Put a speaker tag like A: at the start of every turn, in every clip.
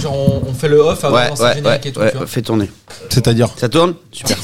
A: Genre, on, on fait le off avant de
B: Ouais,
A: lancer le
B: ouais,
A: générique et
B: ouais,
A: tout. tu
B: ouais,
A: vois.
B: fais tourner.
C: C'est-à-dire,
B: Ça tourne Super.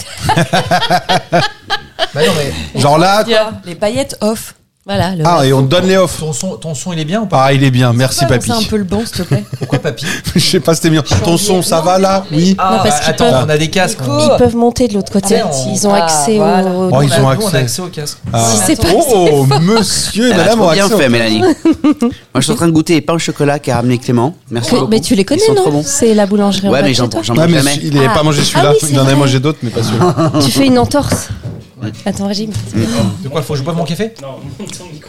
A: Bah non, mais
C: genre là.
D: Les paillettes off. Voilà. Le
C: Ah, et on te donne les offres.
A: ton son, ton son, il est bien ou pas
C: Ah, il est bien. Merci,
D: Pourquoi
C: papy.
D: lancer un peu le bon, s'il te plaît.
A: Pourquoi, papy
C: Je sais pas, c'était bien. Ton son, ça va là Oui.
A: Ah,
D: parce qu'ils
A: attends,
D: peuvent-
A: on a des casques.
E: Nico.
A: on-
E: Oh.
D: Ils peuvent monter de l'autre côté.
A: Ah, on-
D: Ils ont
E: Ah,
D: accès
E: voilà.
D: au.
C: Oh, ils
A: on a-
C: ont
A: nous, on a
C: accès.
A: accès aux casques.
C: Ah.
D: Si c'est pas
C: Oh, monsieur,
B: Elle a
C: madame,
B: trop
C: on
B: bien
C: accède.
B: fait, Mélanie. Moi, je suis en train de goûter les pains au chocolat qu'a ramené Clément. Merci
D: Que-
B: beaucoup.
D: Oh, mais tu les
B: Ils
D: connais,
B: sont trop
D: non
B: bons.
D: C'est la boulangerie. en
B: Ouais,
D: bas
B: mais
D: de
B: j'en
D: chez toi.
B: j'en
C: Ouais,
B: mange
C: mais
B: jamais.
C: il n'avait
D: Ah.
C: pas mangé
D: Ah
C: celui-là.
D: oui, c'est
C: il en avait
D: vrai. Ah,
C: mangé d'autres, mais pas celui-là.
D: Tu fais une entorse. À ton régime.
A: De quoi, faut que je boive mon café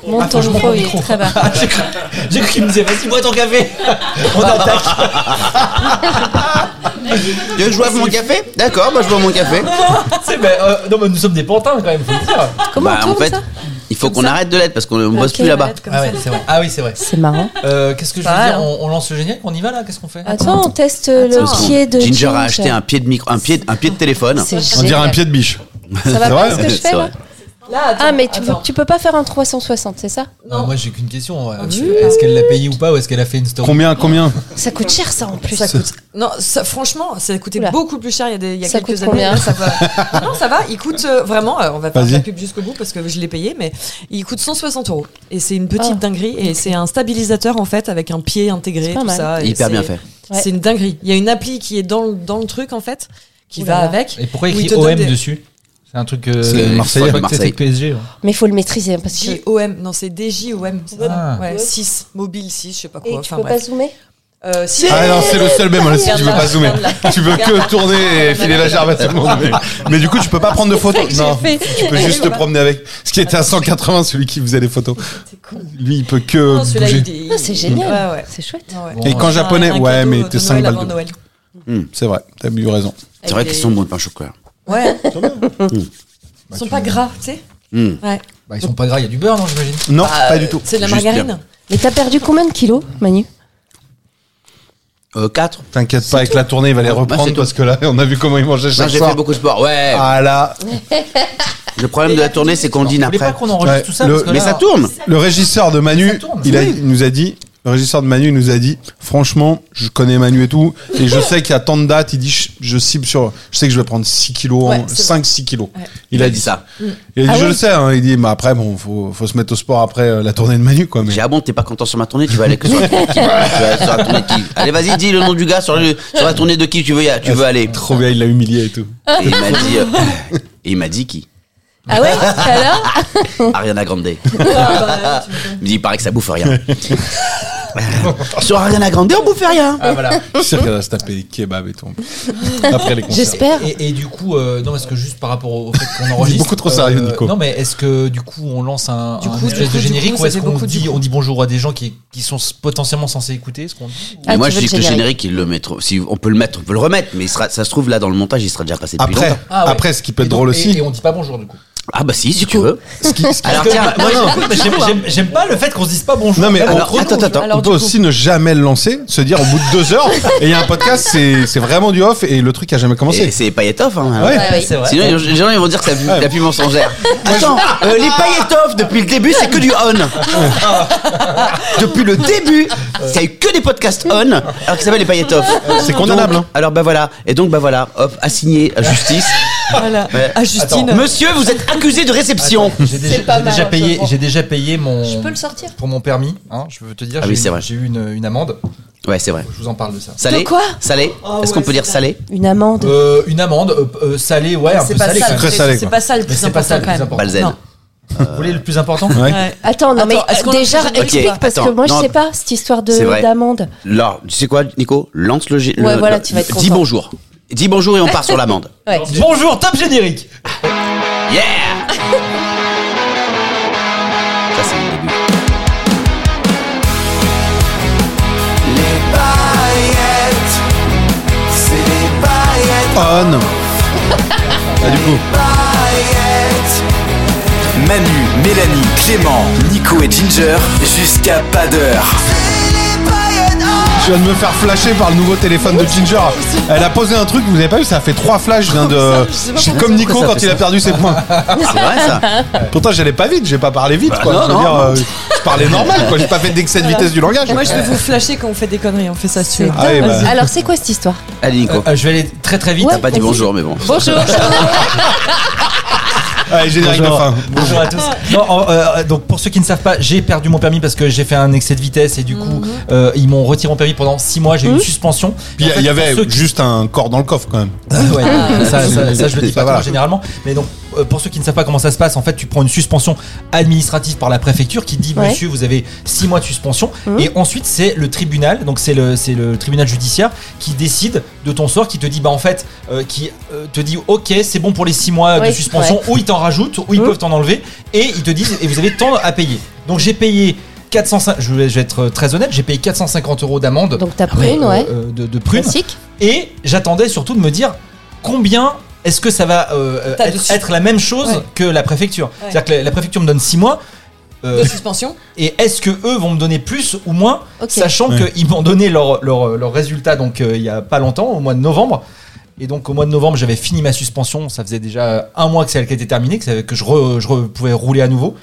D: Monte ton
A: franchement,
D: micro,
A: mon
D: il
A: micro.
D: est très bas.
A: J'ai cru, j'ai cru qu'il me disait, vas-y, bois ton café. Bah, on attaque.
B: Tu veux que je boive mon café D'accord, bah je bois mon café.
A: Tu sais, mais, euh, non, mais nous sommes des pantins quand même, faut le dire.
D: Comment
B: Bah,
D: on
B: en
D: tourne
B: fait,
D: ça
B: il faut qu'on arrête de l'être parce qu'on ne bosse
D: Ok,
B: plus là-bas.
E: Malade comme
A: Ah, ouais,
E: ça.
A: c'est vrai. ah oui, c'est vrai.
D: C'est marrant.
A: Euh, Qu'est-ce que je veux
E: Pas
A: dire
E: mal, hein.
A: on, on lance le générique, on y va là Qu'est-ce qu'on fait
D: Attends, on teste le pied de
B: Ginger a acheté un pied de micro, un pied, un pied de téléphone.
D: C'est
C: On dirait un
D: génial.
C: pied de biche.
D: Ça
C: C'est
D: va pas
C: vrai
D: ce que je
B: C'est
D: fais là
B: vrai.
E: Là, attends,
D: Ah, mais tu,
E: attends.
D: tu peux pas faire un 360, c'est ça
A: Euh, Moi, j'ai qu'une question.
E: Ah
A: euh,
D: Oui.
A: Est-ce qu'elle l'a payé ou pas ou est-ce qu'elle a fait une story
C: Combien, combien
D: Ça coûte cher ça en plus.
E: Ça coûte. Non, ça- franchement, ça a coûté
D: Oula.
E: beaucoup plus cher il y a, des, il y a
D: Ça
E: quelques
D: coûte
E: années.
D: combien
E: Là, ça va. non, ça va. Il coûte euh, vraiment. euh, on va faire
C: Vas-y.
E: la pub jusqu'au bout parce que je l'ai payé, mais il coûte 160 euros. Et c'est une petite
D: Ah.
E: dinguerie. Et c'est un stabilisateur en fait avec un pied intégré,
D: C'est pas
E: tout
D: mal.
E: ça. et
B: Hyper
E: c'est-
B: bien fait.
D: Ouais.
E: C'est une dinguerie. Il y a une appli qui est dans le, dans le truc en fait, qui
D: Ouh
E: va
D: là là.
E: avec.
A: Et pourquoi
E: où il
A: écrit
E: te donne
A: OM
E: des-
A: dessus C'est un truc. euh,
B: C'est
C: Marseillais.
A: pas que c'était
B: Marseille.
A: PSG. ouais.
D: Mais faut le maîtriser parce que.
E: J-O-M, non c'est D-J-O-M, c'est ça
A: Ah.
E: ouais, 6, mobile 6, je sais pas quoi.
D: Et tu
E: enfin,
D: peux pas
E: bref.
D: zoomer
E: Euh, si-
C: Ah non, c'est le seul bémol, si tu veux
E: Regarde
C: pas
E: là,
C: zoomer.
E: regarde là.
C: Tu veux que tourner et filer la gerbe à tout le monde. Mais, mais du coup, tu peux pas prendre de photos.
D: C'est ça
C: Non,
D: que j'ai fait.
C: tu peux juste te promener avec. Ce qui était à 180, celui qui faisait les photos. Lui, il peut que
E: Non, celui-là,
C: Euh, bouger.
E: il est-
D: Ah, c'est génial.
E: Ouais, ouais.
D: C'est chouette.
E: Ouais, ouais.
A: Bon,
C: Et quand japonais,
E: Un
C: ouais,
E: cadeau
C: mais
E: de
C: t'es
E: Noël
C: 5 balles
E: avant
C: de
E: Noël.
C: C'est vrai, t'as eu raison.
B: C'est vrai
E: Avec
B: qu'ils
E: des-
B: sont bons de pain au chocolat.
E: Ouais.
A: Hmm.
E: Ils sont pas gras, tu sais.
B: Hmm.
E: Ouais.
A: Bah, ils sont pas gras, il y a du beurre, non, j'imagine
C: Non,
E: Bah,
C: pas du tout.
E: C'est de la
B: Juste
E: margarine.
B: bien.
D: Mais t'as perdu combien de kilos, Manu
B: Euh, 4
C: T'inquiète pas, avec la tournée, il va les
B: Bah, c'est
C: reprendre
B: tout.
C: parce que là, on a vu comment il mangeait
B: Non,
C: chaque
B: j'ai fait
C: soir.
B: beaucoup de sport. Ouais.
C: Ah là,
B: Le problème de la tournée, c'est qu'on dîne
A: Vous voulez
B: après.
A: pas qu'on enregistre
C: Ouais,
A: tout ça
C: le-
A: parce que
B: Mais
A: là,
B: ça tourne.
C: le régisseur de
A: Ça
C: Manu,
A: tourne.
C: il, a- il nous a dit, le régisseur de Manu, il nous a dit, franchement, je connais Manu et tout, et je sais qu'il y a tant de dates, il dit, je, je cible sur, je sais que je vais prendre 6 kilos,
E: Ouais,
C: en-
E: c'est vrai.
C: 5, 6 kilos.
E: Ouais.
C: Il a dit ça.
B: ça.
C: Il a dit,
D: Ah
C: je
D: ouais
C: le sais, hein. il dit, mais après, bon, faut, faut se mettre au sport après euh, la tournée de Manu, quoi. Mais...
B: J'ai dit, ah bon, t'es pas content sur ma tournée, tu vas aller que sur la tournée de qui Tu vas sur la tournée de qui Allez, vas-y, dis le nom du gars sur, le- sur la tournée de qui tu veux, y- tu veux aller.
C: Ah, Trop bien, il l'a humilié et tout.
B: Et il m'a dit, euh, et il m'a dit qui
D: Ah ouais Alors
B: Ariana Grande.
E: Ah, bah,
B: Il me dit, il paraît que ça bouffe rien. sur Ariana Grande, on bouffe rien.
A: Ah, voilà.
C: C'est sûr qu'elle va se taper des kebabs et tout. Après les concerts.
D: J'espère.
A: Et, et du coup, euh, non, est-ce que juste par rapport au fait qu'on enregistre.
C: beaucoup trop sérieux,
A: euh,
C: Nico.
A: Non, mais est-ce que du coup, on lance un,
E: Du
A: un
E: coup, du
A: espèce
E: coup,
A: de
E: du
A: générique
E: coup,
A: ou est-ce
E: ça fait
A: qu'on
E: beaucoup, du
A: dit,
E: coup.
A: on dit bonjour à des gens qui, qui sont s- potentiellement censés écouter est ce qu'on dit
B: Mais
D: Ah,
B: moi,
D: tu
B: je
D: veux
B: dis que le
D: le générique
B: générique, il le mettre. Si on peut le mettre, on peut le remettre, mais il sera, ça se trouve là dans le montage, il sera déjà passé depuis
C: Après,
B: longtemps.
A: Ah ouais.
C: après, ce qui peut
A: Et
C: être
A: donc-
C: drôle
A: et-
C: aussi,
A: Et on dit pas bonjour du coup.
B: Ah bah si, si tu veux.
C: ce qui- ce qui-
B: Alors tiens, moi,
A: Non, mais j'aime- j'aime- J'aime pas le fait qu'on se dise pas bonjour.
C: Non mais
A: Vraiment,
C: on-
A: trop
B: attends,
A: cool.
B: attends,
C: on peut aussi ne jamais le lancer, se dire au bout de deux heures, et il y a un podcast, c'est c'est vraiment du off et le truc a jamais
B: Et
C: commencé.
B: c'est paillettov, hein.
C: Ouais.
D: Ah oui.
A: C'est vrai.
B: Sinon, les gens- les gens ils vont dire que c'est la pub- la pub mensongère. Attends, euh, les paillettes depuis le début, c'est que du on. depuis le début, ça a eu que des podcasts on, alors qu'ils s'appellent les paillettes
C: C'est condamnable, hein.
B: Alors bah voilà, et donc bah voilà, hop, assigné à justice.
E: Voilà.
B: Ouais.
E: À Justine.
B: Monsieur, vous êtes accusé de réception.
A: J'ai déjà,
D: pas
A: j'ai
D: mal,
A: déjà payé,
D: un peu.
A: j'ai déjà payé mon.
D: Je peux le sortir
A: pour mon permis, hein, je veux te dire,
B: Ah
A: j'ai
B: oui,
A: eu-
B: c'est vrai.
A: j'ai eu une, une amende.
B: Ouais, c'est vrai.
A: Je vous en parle de ça.
B: Salé
D: De quoi Oh,
B: Salé Est-ce qu'on peut dire salé
D: Une amende.
A: Euh, une amende euh, euh, salée, ouais, un peu
E: C'est pas
A: salée.
E: ça.
A: quand
C: Sucré
E: le-
A: même.
C: salé,
E: C'est
C: quoi.
E: pas ça le
A: Mais
E: plus
A: c'est pas ça
E: important
A: le
E: quand
A: plus
E: même.
A: important.
B: Balzen.
E: Non.
A: Vous voulez le plus important
C: Ouais.
E: Ouais.
D: Attends, non
E: Attends,
D: mais
E: est-ce qu'on
D: déjà
E: enregistre-
D: explique
B: Ok,
D: parce que
B: attends,
D: moi
B: non.
D: je sais pas cette histoire
B: C'est vrai.
D: de d'amende.
B: Alors, tu sais quoi, Nico Lance le. gé-
D: Ouais,
B: le-
D: voilà,
B: le-
D: tu vas être
B: Dis
D: content.
B: bonjour. Dis bonjour et on part sur l'amende.
D: Ouais.
A: Bonjour, top générique
B: Yeah Ça, c'est le début.
C: Fun. Ah, du coup.
F: Manu, Mélanie, Clément, Nico et Ginger, jusqu'à pas d'heure.
C: Je viens de me faire flasher par le nouveau téléphone de Ginger. Elle a posé un truc, vous avez pas vu, ça a fait trois flashs. Je viens de. Je suis comme Nico
B: ça
C: quand
B: fait
C: il a
B: ça.
C: perdu ses points.
B: Ah, C'est vrai ça
C: Pourtant, j'allais pas vite, j'ai pas parlé vite, quoi.
B: Bah non,
C: Je veux
B: non,
C: dire, euh, je parlais normal, quoi. J'ai pas fait d'excès de vitesse du langage.
E: Ah, Moi, je vais vous flasher quand on fait des conneries, on fait ça sur.
C: Ah ouais, bah.
D: Euh, Alors, c'est quoi cette histoire
B: Allez, Nico.
A: Euh, je vais aller très très vite.
D: Ouais.
B: T'as pas dit bonjour, mais bon.
D: Bonjour.
A: Ah.
C: Allez, ah, générique de fin.
A: Bonjour à tous.
E: Ah.
A: Non, en- euh, donc pour ceux qui ne savent pas, j'ai perdu mon permis parce que j'ai fait un excès de vitesse et du coup
E: Mhm.
A: euh, ils m'ont retiré mon permis pendant 6 mois. J'ai eu une suspension.
C: Puis
A: Et en
C: il
A: fait,
C: y
A: pour
C: avait
A: ceux qui-
C: juste un corps dans le coffre, quand même.
A: Ah Ouais,
D: Ah.
A: ça, ça- ça, je le dis
C: Ça
A: pas
C: va.
A: trop généralement. Mais donc, euh, pour ceux qui ne savent pas comment ça se passe, en fait, tu prends une suspension administrative par la préfecture qui dit
D: Ouais. Hum.
A: Monsieur, vous avez 6 mois de suspension. Et ensuite, c'est le tribunal, donc c'est le, c'est le tribunal judiciaire qui décide de ton sort, qui te dit Bah, en fait, euh, qui euh, te dit Ok, c'est bon pour les 6 mois
D: Ouais,
A: de suspension,
D: ouais.
A: ou ils t'en rajoutent, ou ils
D: Mhm.
A: peuvent t'en enlever. Et ils te disent Et vous avez tant à payer. Donc, j'ai payé. 405, je vais je vais être très honnête, j'ai payé 450 euros d'amende
D: Donc, ta prune,
A: euh,
D: ouais. Bah,
A: euh, de, de prune.
D: Classique.
A: Et j'attendais surtout de me dire combien est-ce que ça va euh,
E: T'as
A: être,
E: dessus.
A: être la même chose
E: Ouais.
A: que la préfecture.
E: Ouais.
A: C'est-à-dire que la, la préfecture me donne 6 mois. euh,
E: De suspension
A: et est-ce que eux vont me donner plus ou moins,
D: Ok.
A: sachant
C: Ouais.
A: qu'ils m'ont donné leur, leur, leur résultat donc euh, il y a pas longtemps, au mois de novembre. Et donc au mois de novembre, j'avais fini ma suspension. Ça faisait déjà un mois que celle qui était terminée, que, ça- que je, re- je re- pouvais rouler à nouveau.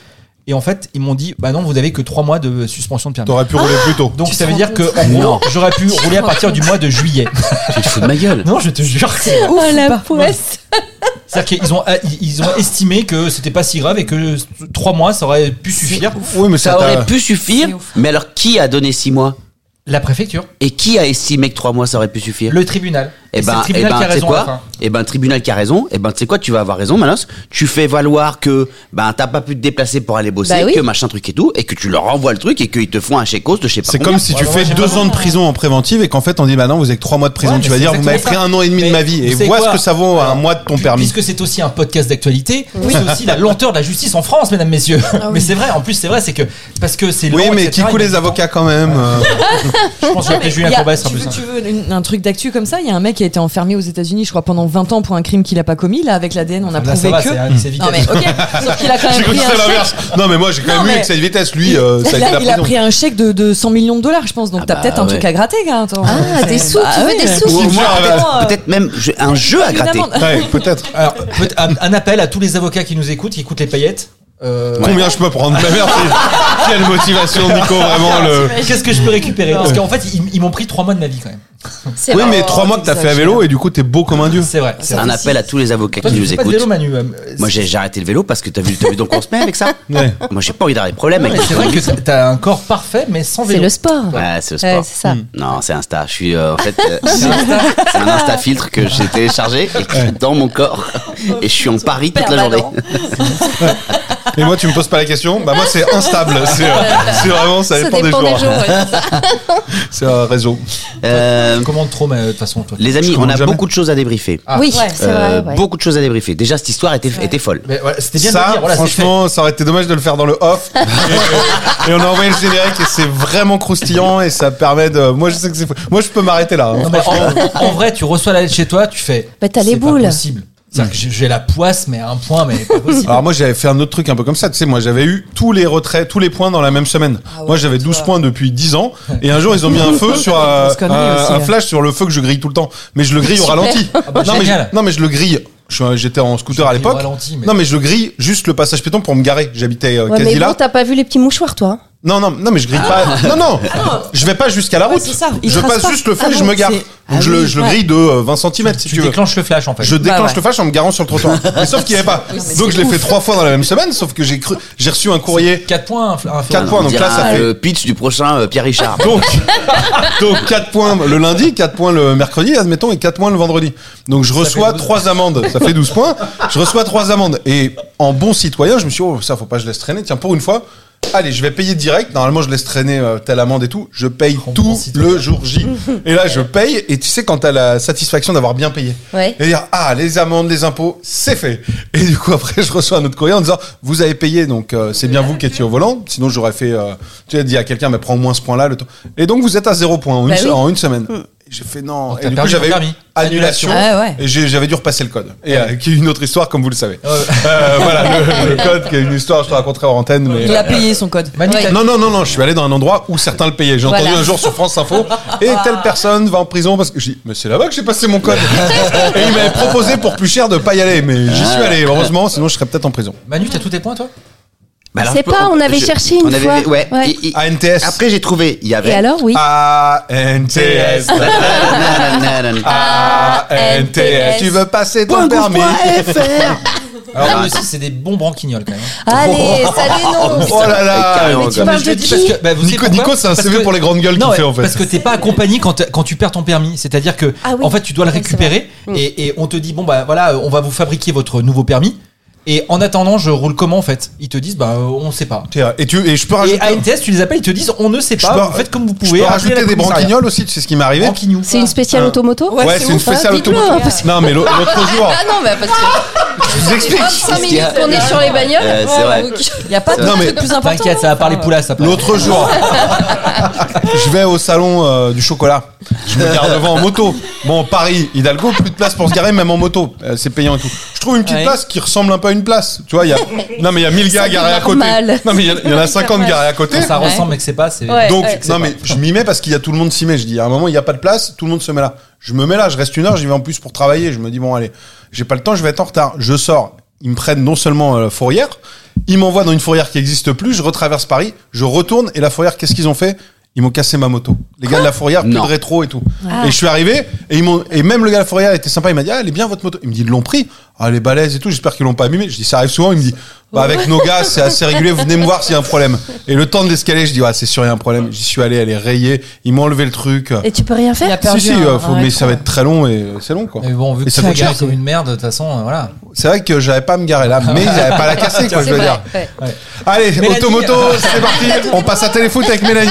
A: Et en fait, ils m'ont dit, bah non, vous avez que 3 mois de suspension de permis.
C: T'aurais pu
B: Ah.
C: rouler plus tôt.
A: Donc
E: Tu
A: ça veut
E: te rends
A: dire que
E: compte
A: en gros,
B: Non.
A: j'aurais pu
E: te
A: rouler à
E: rends
A: partir du
E: compte
A: mois de juillet.
B: Tu te fous de ma gueule.
A: Non, je te jure.
D: Oh la poisse.
A: C'est-à-dire qu'ils ont, euh, ils ont estimé que c'était pas si grave et que trois mois ça aurait pu suffire.
C: Oui, mais
B: Ça
C: t'a-
B: aurait pu
E: C'est
B: suffire.
E: ouf.
B: Mais alors, qui a donné 6 mois
A: La préfecture,
B: Et qui a estimé que 3 mois ça aurait pu suffire
A: le tribunal.
B: Eh
A: c'est
B: ben,
A: le
B: eh
A: tribunal
B: ben,
A: qui a
B: tu sais
A: raison à la
B: quoi
A: fin.
B: Eh ben, tribunal qui a raison. Eh ben, tu sais quoi Tu vas avoir raison, Manos. Tu fais valoir que ben t'as pas pu te déplacer pour aller bosser,
D: Bah oui.
B: que machin truc et tout, et que tu leur renvoies le truc et qu'ils te font un chèque de je sais pas.
C: C'est
B: combien.
C: comme si tu
A: Ouais,
C: fais
A: ouais,
C: deux
A: j'aimerais
C: ans de prison en préventive et qu'en fait on dit bah non vous avez que trois mois de prison.
A: Ouais,
C: tu
A: mais
C: vas
A: c'est
C: dire vous m'avez pris
A: exactement ça.
C: un an et demi de
A: Mais
C: ma vie
A: vous
C: et
A: savez
C: vois ce
A: quoi
C: que ça vaut un mois de ton
A: Puis-
C: permis.
A: Puisque c'est aussi un podcast d'actualité, c'est aussi la lenteur de la justice en France, mesdames, messieurs.
E: Ah
A: Mais c'est vrai, en plus, c'est vrai, c'est que. Parce que c'est
C: Oui
A: lent,
C: mais qui
A: etc.,
C: coût
A: il y a
C: les
A: du
C: avocats quand même. euh.
A: temps. Je pense que j'ai appelé Julien
E: Il y a-
A: Courbet, ça sera
E: tu,
A: plus hein.
E: veux,
A: simple.
E: tu veux une- un truc d'actu comme ça Il y a un mec qui a été enfermé aux États-Unis, je crois, pendant 20 ans pour un crime qu'il a pas commis. Là, avec l'ADN, on a
A: Ah, Là, ça
E: prouvé
A: va,
E: que.
A: c'est un- c'est vite.
E: Non, mais ok, sauf qu'il a quand même
C: J'ai cru
E: pris
C: que
E: un
C: c'était
E: chèque.
C: l'inverse. Non mais moi j'ai quand
E: Non,
C: même eu
E: mais-
C: avec cette vitesse lui euh, ça a
E: Là,
C: été la
E: il a
C: prison.
E: pris un chèque de, de 100 millions de dollars, je pense. Donc,
B: Ah
E: t'as
B: bah,
E: peut-être un
B: ouais.
E: truc à gratter, gars. attends.
D: Ah, des
E: C'est-
D: sous,
E: bah,
D: tu veux
E: ouais.
D: des sous
B: Ou au moins,
C: Ginger,
B: peut-être-
E: euh,
B: peut-être même je- un jeu à
E: Une
B: gratter.
E: amende.
C: Ouais, peut-être.
A: Alors, peut- un, un appel à tous les avocats qui nous écoutent, qui écoutent les paillettes. Euh,
C: Combien je peux prendre Bah, Merci. Quelle motivation Nico vraiment le.
A: Qu'est-ce que je peux récupérer Parce qu'en fait, ils, ils m'ont pris trois mois de ma vie quand même.
D: C'est
C: Oui
D: vrai.
C: mais trois mois que t'as fait à vélo et du coup t'es beau comme un dieu.
A: C'est vrai. c'est
B: Un
A: vrai.
B: appel à tous les avocats
A: Toi,
B: qui
A: tu
B: nous
A: fais pas de
B: écoutent.
A: vélo, Manu. euh,
B: Moi, j'ai j'ai arrêté le vélo parce que t'as vu, t'as vu donc on se met avec ça.
C: Ouais.
B: Moi, j'ai pas envie d'avoir des problèmes
A: Ouais,
B: avec
A: mais
B: les
A: c'est vrai que t'as- t'as un corps parfait, mais sans
D: C'est
A: vélo.
D: le sport.
B: Ouais, c'est le sport. Hmm.
D: Ouais, Euh, c'est ça.
B: Non, c'est Insta. Je suis euh, en fait, euh, c'est c'est un Insta filtre que j'ai téléchargé et qui est dans mon corps et je suis en Paris toute la journée.
E: Permanent.
C: Et moi tu me poses pas la question. Bah moi c'est instable. C'est euh, c'est vraiment ça
D: Ça
C: dépend des
D: dépend des
C: jours.
D: jours. ouais, c'est ça.
C: C'est un réseau.
B: Euh,
A: Tu commandes trop, mais euh, de toute façon, toi.
B: les amis, on
C: commande
B: a
C: jamais.
B: beaucoup de choses à débriefer.
A: Ah.
D: Oui, c'est
B: Euh,
D: vrai. ouais.
B: Beaucoup de choses à débriefer. Déjà, cette histoire était, était folle.
A: Mais voilà, c'était bien de
C: Ça,
A: le dire. Voilà, c'est
C: franchement, ça aurait été dommage de le faire dans le off. et, et- et on a envoyé le générique et c'est vraiment croustillant et ça permet de. Moi, je sais que c'est. Moi, je peux m'arrêter là. hein.
A: fait. Non, mais en, en- en vrai, tu reçois la lettre chez toi, tu fais.
D: Bah, t'as les
A: c'est pas
D: boules.
A: possible. C'est-à-dire que j'ai- j'ai la poisse, mais à un point, mais pas possible.
C: Alors moi j'avais fait un autre truc un peu comme ça, tu sais moi j'avais eu tous les retraits, tous les points dans la même semaine.
A: Ah
E: ouais,
C: moi j'avais
E: tu
C: 12
E: vois.
C: points depuis 10 ans et un jour ils ont mis un feu sur euh,
E: Grosse connerie
C: un,
E: aussi,
C: un
E: là.
C: flash sur le feu que je grille tout le temps, mais je le grille au
D: Super.
C: ralenti.
A: hein. bah,
C: non, mais je,
A: génial.
C: non mais je le grille. Je suis un- J'étais en scooter à
A: grille au
C: l'époque.
A: ralenti, mais-
C: Non mais je le grille juste le passage piéton pour me garer. J'habitais euh,
D: Ouais,
C: quasi
D: mais bon,
C: là.
D: t'as pas vu les petits mouchoirs, toi
C: Non non non mais je grille pas. Non non. Je vais pas jusqu'à la
E: Ouais,
C: route.
E: Ah. c'est ça. Il
C: Je
E: trace
C: passe
E: pas.
C: juste le feu
E: Ah
C: et je
E: non,
C: me gare.
E: c'est-
C: Donc je le je le
E: ouais.
C: grille de euh, 20 cm si
A: tu
C: tu veux.
A: déclenches le flash, en fait.
C: Je déclenche
E: Bah ouais.
C: le flash en me garant sur le trottoir. Mais sauf qu'il n'y avait pas. Donc je l'ai fait trois fois dans la même semaine, sauf que j'ai cru, j'ai reçu un courrier.
A: 4 points, un, fl- un feu.
B: Ah
C: Quatre
B: non,
C: points,
B: on
C: donc là,
B: dirait
C: ça fait-
B: Le pitch du prochain euh, Pierre Richard.
C: Donc, donc 4 points le lundi, 4 points le mercredi, admettons, et 4 points le vendredi. Donc je reçois
A: fait douze.
C: trois amendes. Ça fait 12 points. Je reçois trois amendes. Et en bon citoyen, je me suis dit, oh, ça, faut pas que je laisse traîner. Tiens, pour une fois, allez, je vais payer direct. Normalement, je laisse traîner euh, telle amende et tout. Je paye
A: En
C: tout
A: bon citoyen.
C: le jour J. Et là, je paye. Et tu sais, quand t'as la satisfaction d'avoir bien payé.
D: Ouais.
C: Et dire, ah, les amendes, les impôts, c'est fait. Et du coup, après, je reçois un autre courrier en disant, vous avez payé, donc euh, c'est bien vous qui étiez au volant. Sinon, j'aurais fait, euh, tu as dit à quelqu'un, mais prends au moins ce point-là. Le temps. Et donc, vous êtes à zéro point en,
D: Bah
C: une, se-
D: oui.
C: en une semaine. Et J'ai fait non.
A: Donc,
C: Et
A: t'as
C: du coup,
A: perdu ton
C: j'avais eu
A: permis. Ah
C: annulation.
E: Mm. Ah ouais.
C: Et j'ai- j'avais dû repasser le code. Et euh, qui est une autre histoire, comme vous le savez. Euh, voilà, le, le code qui est une histoire, je te raconterai en antenne. Mais... euh,
E: Il a payé son code.
A: Manu, t'as-
C: Non, non, non, non, je suis allé dans un endroit où certains le payaient. J'ai entendu
E: Voilà.
C: un jour sur France Info, et telle personne va en prison parce que je dis, mais c'est là-bas que j'ai passé mon code. et il m'avait proposé pour plus cher de pas y aller, mais j'y suis allé, heureusement, sinon je serais peut-être en prison.
A: Manu, t'as tous tes points, toi
B: Bah alors,
D: C'est
B: je peux-
D: pas, on avait cherché une
B: on avait-
D: fois.
B: ouais.
D: Ouais.
B: Et- et-
C: ANTS.
B: Après, j'ai trouvé. Il y avait.
D: Et alors, oui.
C: Ah. ANTS. Ah. ANTS. Tu veux passer ton permis euh,
A: Alors, eux aussi, Ah, c'est des bons branquignols, quand même.
D: Allez, ça dénonce.
C: Oh là là
B: Carrément,
D: Mais tu
B: quoi.
D: parles
A: Je le
D: de
A: dis
D: qui
A: parce que, bah, vous savez
C: Nico,
A: pourquoi
C: Nico, c'est un
A: Parce
C: CV
A: que-
C: pour les grandes gueules qu'il
A: Non,
C: fait en fait.
A: Parce que t'es pas accompagné quand, t'as- quand tu perds ton permis. C'est-à-dire que,
D: Ah oui.
A: en fait, tu dois le
D: Ouais, c'est vrai. Mm.
A: récupérer et, et on te dit, bon, bah voilà, on va vous fabriquer votre nouveau permis. Et en attendant, je roule comment en fait Ils te disent, bah euh, on sait pas.
C: Tiens, Et, tu, et Ah, je peux
A: Et
C: rajouter,
A: ANTS, tu les appelles, ils te disent, on ne sait
C: je
A: pas,
C: peux-
A: vous faites comme vous
C: je
A: pouvez.
C: peux
A: appelez la
C: rajouter des
A: commissariat.
C: branquignols aussi, tu sais ce qui m'est arrivé
A: Branquignou.
D: C'est une spéciale
C: Euh,
D: automoto
C: Ouais, c'est une spéciale
D: dites-le,
C: automoto.
D: hein, parce
C: Non, mais l'au- l'autre jour,
G: Ah non, mais parce que
C: je vous explique.
G: 25
B: Qu'est-ce qu'il y a
G: minutes qu'on est sur les bagnoles.
B: Euh, c'est
D: Oh,
B: vrai.
G: donc-
E: Il n'y a pas de
C: Non, mais-
E: truc plus important. hein. Ah,
A: T'inquiète, ça va parler poulas, ça parle.
C: L'autre jour, je vais au salon euh, du chocolat. Je me gare devant en moto. Bon, Paris, Hidalgo, plus de place pour se garer, même en moto. Euh, c'est payant et tout. Je trouve une petite
A: Ouais.
C: place qui ressemble un peu à une place. Tu vois, il y a. Non, mais il y a 1000 gars garés à côté.
D: normal.
C: Non, mais il y a- il y, en a 50 garés à côté.
A: Quand ça
E: Ouais.
A: ressemble, mais que c'est pas, c'est.
G: Ouais.
C: Donc, non, mais je m'y mets parce qu'il y a tout le monde s'y met. Je dis, à un moment, il n'y a pas de place, tout le monde se met là. Je me mets là, je reste une heure, j'y vais en plus pour travailler. Je me dis, bon, allez, j'ai pas le temps, je vais être en retard. Je sors. Ils me prennent non seulement euh, la fourrière, ils m'envoient dans une fourrière qui n'existe plus, je retraverse Paris, je retourne et la fourrière, qu'est-ce qu'ils ont fait ils m'ont cassé ma moto. Les gars de la fourrière, plus de
B: Non.
C: rétro et tout.
E: Ah.
C: Et je suis arrivé, et, ils m'ont, et même le gars de la fourrière était sympa, il m'a dit, ah, elle est bien votre moto. Il me dit, ils l'ont pris. Ah, elle est balèze et tout, j'espère qu'ils l'ont pas abîmée. Je dis, ça arrive souvent. Il me dit, bah, avec nos gars, c'est assez régulier, venez me voir s'il y a un problème. Et le temps de l'escalier, je dis, ouais, c'est sûr, il y a un problème. J'y suis allé, elle est rayée, ils m'ont enlevé le truc.
D: Et tu peux rien
E: Il a
D: faire
E: perdu
C: si, si,
E: un-
C: euh, faut-
E: un
C: mais ça va
E: écran.
C: être très long et euh, c'est long, quoi.
A: Mais bon, vu
C: Et
A: que
C: ça
A: c'est
C: coûte
A: garé
C: cher,
A: comme une merde, de toute façon, euh, voilà.
C: C'est vrai que j'avais pas à me garer là, mais ils n'avaient pas à la casser, quoi, je veux dire.
G: ouais.
C: Allez,
A: Mélanie.
C: automoto, c'est parti, on passe à téléfoot avec Mélanie.